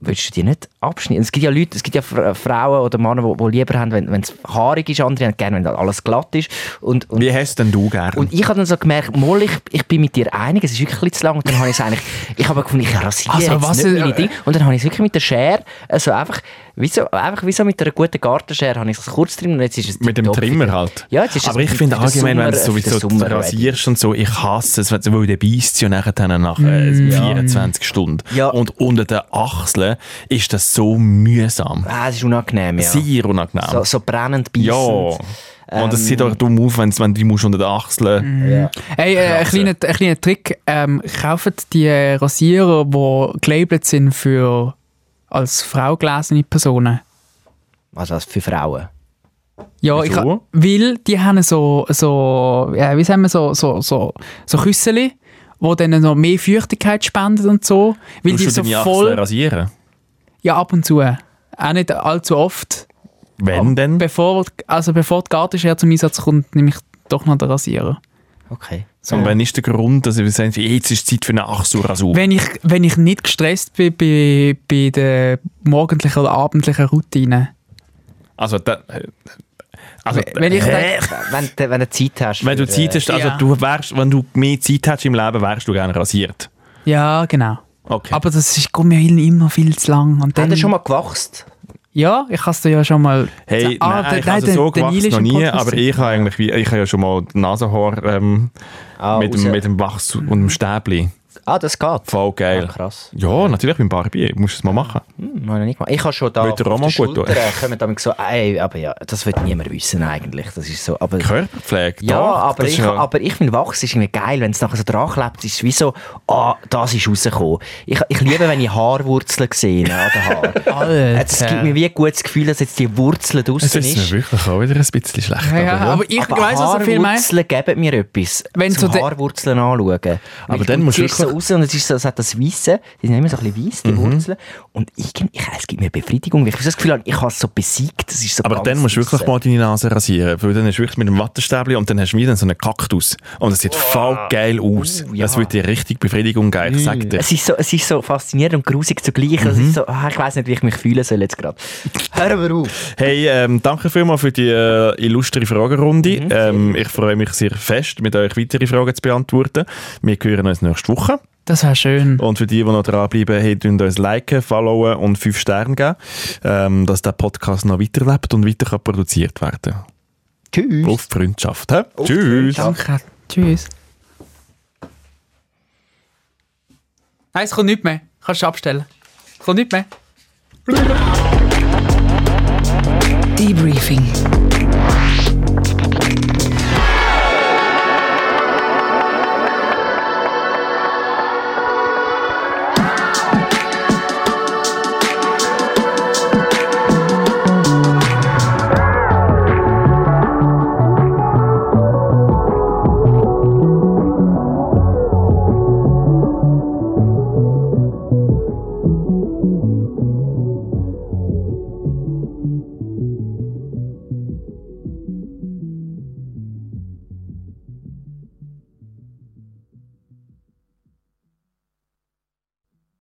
[SPEAKER 3] willst du die nicht abschneiden? Es gibt ja Leute, es gibt ja Fra- Frauen oder Männer, die, die lieber haben, wenn wenn es haarig ist, andere haben gerne, wenn alles glatt ist. Und, und
[SPEAKER 2] Wie hast denn du gern?
[SPEAKER 3] und ich habe dann so gemerkt, Mol, ich, ich bin mit dir einig, es ist wirklich ein bisschen zu lang. Und dann habe ich es eigentlich, ich habe gefunden, ich rasiere
[SPEAKER 1] Also,
[SPEAKER 3] jetzt
[SPEAKER 1] was
[SPEAKER 3] nicht
[SPEAKER 1] ist-
[SPEAKER 3] meine Dinge. Und dann habe ich es wirklich mit der Schere, also einfach, wie so, einfach wie so mit einer guten Gartenschere, habe ich es kurz drin und jetzt ist es
[SPEAKER 2] mit dem
[SPEAKER 3] tiptop.
[SPEAKER 2] Trimmer halt.
[SPEAKER 3] Ja, jetzt ist
[SPEAKER 2] Aber
[SPEAKER 3] es
[SPEAKER 2] ich
[SPEAKER 3] für
[SPEAKER 2] finde
[SPEAKER 3] den
[SPEAKER 2] allgemein, wenn du es
[SPEAKER 3] Sommer- für
[SPEAKER 2] sowieso
[SPEAKER 3] den Sommer
[SPEAKER 2] rasierst und so, ich hasse es, wenn- weil der beißt ja nachher dann nach äh, 24 Stunden.
[SPEAKER 3] Mm, Ja.
[SPEAKER 2] Und unter den Achseln ist das so mühsam.
[SPEAKER 3] Ah, es ist unangenehm, ja.
[SPEAKER 2] Sehr unangenehm.
[SPEAKER 3] so, so brennend,
[SPEAKER 2] ja.
[SPEAKER 3] beißend.
[SPEAKER 2] Und das sieht auch dumm auf, wenn's- wenn du musst unter den Achseln...
[SPEAKER 3] Ja.
[SPEAKER 1] Hey, äh, ein, kleiner, ein kleiner Trick. Ähm, kauft die äh, Rasierer, die gelabelt sind für als Frau gelesene Personen.
[SPEAKER 3] Also als für Frauen.
[SPEAKER 1] Ja, ich,
[SPEAKER 2] Wieso?
[SPEAKER 1] ha- weil die haben so, so äh, wie sagen wir, so, so, so, so Küsseli, wo denen noch mehr Feuchtigkeit spenden und so. Weil
[SPEAKER 2] Musst
[SPEAKER 1] die
[SPEAKER 2] du
[SPEAKER 1] so
[SPEAKER 2] deine
[SPEAKER 1] voll...
[SPEAKER 2] Achseln rasieren?
[SPEAKER 1] Ja, ab und zu. Auch nicht allzu oft.
[SPEAKER 2] Wenn denn?
[SPEAKER 1] Bevor, also bevor die Gartenschere zum Einsatz kommt, nehme ich doch noch den Rasierer.
[SPEAKER 3] Okay.
[SPEAKER 2] Und wenn ist der Grund, dass wir sagen, jetzt ist Zeit für eine Achselrasur?
[SPEAKER 1] Wenn ich, wenn ich nicht gestresst bin bei, bei der morgendlichen oder abendlichen Routine.
[SPEAKER 2] Also, da, also
[SPEAKER 1] Wenn ich denke,
[SPEAKER 3] wenn, du- wenn du Zeit hast.
[SPEAKER 2] wenn du
[SPEAKER 3] für,
[SPEAKER 2] Zeit
[SPEAKER 3] äh,
[SPEAKER 2] hast, also
[SPEAKER 1] Ja.
[SPEAKER 2] du wärst, wenn du mehr Zeit hast im Leben, wärst du gerne rasiert.
[SPEAKER 1] ja, genau.
[SPEAKER 2] Okay.
[SPEAKER 1] Aber das ist geht mir immer viel zu lang. Und
[SPEAKER 3] Hat
[SPEAKER 1] dann,
[SPEAKER 3] er schon mal gewachsen?
[SPEAKER 1] ja, ich hast du ja schon mal.
[SPEAKER 2] hey,
[SPEAKER 1] Ah,
[SPEAKER 2] nein,
[SPEAKER 1] der-
[SPEAKER 2] ich habe
[SPEAKER 1] der-
[SPEAKER 2] also so
[SPEAKER 1] der Neil
[SPEAKER 2] gewachsen
[SPEAKER 1] ist
[SPEAKER 2] noch
[SPEAKER 1] im
[SPEAKER 2] nie,
[SPEAKER 1] Podcast.
[SPEAKER 2] aber ich habe eigentlich, wie- ich habe ja schon mal die Nasenhaar ähm,
[SPEAKER 3] Ah,
[SPEAKER 2] mit,
[SPEAKER 3] raus.
[SPEAKER 2] dem, mit dem Wachs und dem Stäbli.
[SPEAKER 3] Ah, das geht.
[SPEAKER 2] Voll geil.
[SPEAKER 3] Ah, krass.
[SPEAKER 2] Ja, natürlich beim Barbier. Musst du es mal machen.
[SPEAKER 3] Hm, habe ich nicht gemacht. Ich habe schon da
[SPEAKER 2] Würde der
[SPEAKER 3] auf
[SPEAKER 2] Roman
[SPEAKER 3] der
[SPEAKER 2] gut tun?
[SPEAKER 3] Schulter, äh, kommen damit so, ey, aber ja, das wird niemand wissen eigentlich. Das ist so, aber...
[SPEAKER 2] Körperpflege.
[SPEAKER 3] Ja,
[SPEAKER 2] doch,
[SPEAKER 3] aber,
[SPEAKER 2] das ist
[SPEAKER 3] ich,
[SPEAKER 2] ja-
[SPEAKER 3] aber ich finde, Wachs ist irgendwie geil, wenn es nachher so dran klebt, ist es wie so, ah, das ist rausgekommen. Ich, ich liebe, wenn ich Haarwurzeln sehe an den Haaren.
[SPEAKER 1] Alter.
[SPEAKER 3] Es gibt mir wie ein gutes Gefühl, dass jetzt die Wurzel
[SPEAKER 2] Es
[SPEAKER 3] draußen
[SPEAKER 2] ist mir
[SPEAKER 3] ist.
[SPEAKER 2] wirklich auch wieder ein bisschen schlecht.
[SPEAKER 1] Ja, ja, aber ich weiss, was der Film meint.
[SPEAKER 3] Haarwurzeln geben mir etwas.
[SPEAKER 1] Wenn
[SPEAKER 3] zum
[SPEAKER 1] so de-
[SPEAKER 3] Haarwurzeln anschauen.
[SPEAKER 2] Aber
[SPEAKER 3] Weil
[SPEAKER 2] dann
[SPEAKER 3] du
[SPEAKER 2] musst du
[SPEAKER 3] ziehst so
[SPEAKER 2] wirklich- Mhm.
[SPEAKER 3] raus und es, ist so, es hat das Weisse, die sind immer so ein bisschen weiss, die Wurzeln. Und ich, ich, es gibt mir Befriedigung. Ich habe das Gefühl, ich habe es so besiegt. Das ist so
[SPEAKER 2] Aber
[SPEAKER 3] ganz
[SPEAKER 2] dann musst du wirklich
[SPEAKER 3] draussen.
[SPEAKER 2] mal deine Nase rasieren, weil dann hast du wirklich mit einem Wattestäbli und dann hast du wieder so einen Kaktus. Und es sieht voll geil aus.
[SPEAKER 3] Uh, ja. Mm.
[SPEAKER 2] Das wird dir richtig Befriedigung geben, ich sag dir.
[SPEAKER 3] Es ist, so, es ist so faszinierend und grusig zugleich. Es
[SPEAKER 2] Mhm.
[SPEAKER 3] ist so, ah, ich weiß nicht, wie ich mich fühlen soll jetzt gerade. Hören wir auf.
[SPEAKER 2] Hey, ähm, danke vielmals für die äh, illustre
[SPEAKER 3] Mhm.
[SPEAKER 2] Fragerunde. Ähm, ich freue mich sehr fest, mit euch weitere Fragen zu beantworten. Wir hören uns nächste Woche.
[SPEAKER 1] Das wäre schön.
[SPEAKER 2] Und für die, die noch dranbleiben, hey, tun uns liken, followen und 5 Sterne geben, ähm, dass der Podcast noch weiterlebt und weiter kann produziert werden
[SPEAKER 3] Tschüss.
[SPEAKER 2] Auf die Freundschaft. hä?
[SPEAKER 3] Auf die
[SPEAKER 2] Tschüss.
[SPEAKER 3] Freundschaft.
[SPEAKER 1] Danke. Tschüss. Nein, es kommt nichts mehr. Kannst du abstellen. Es kommt nichts mehr.
[SPEAKER 4] Debriefing.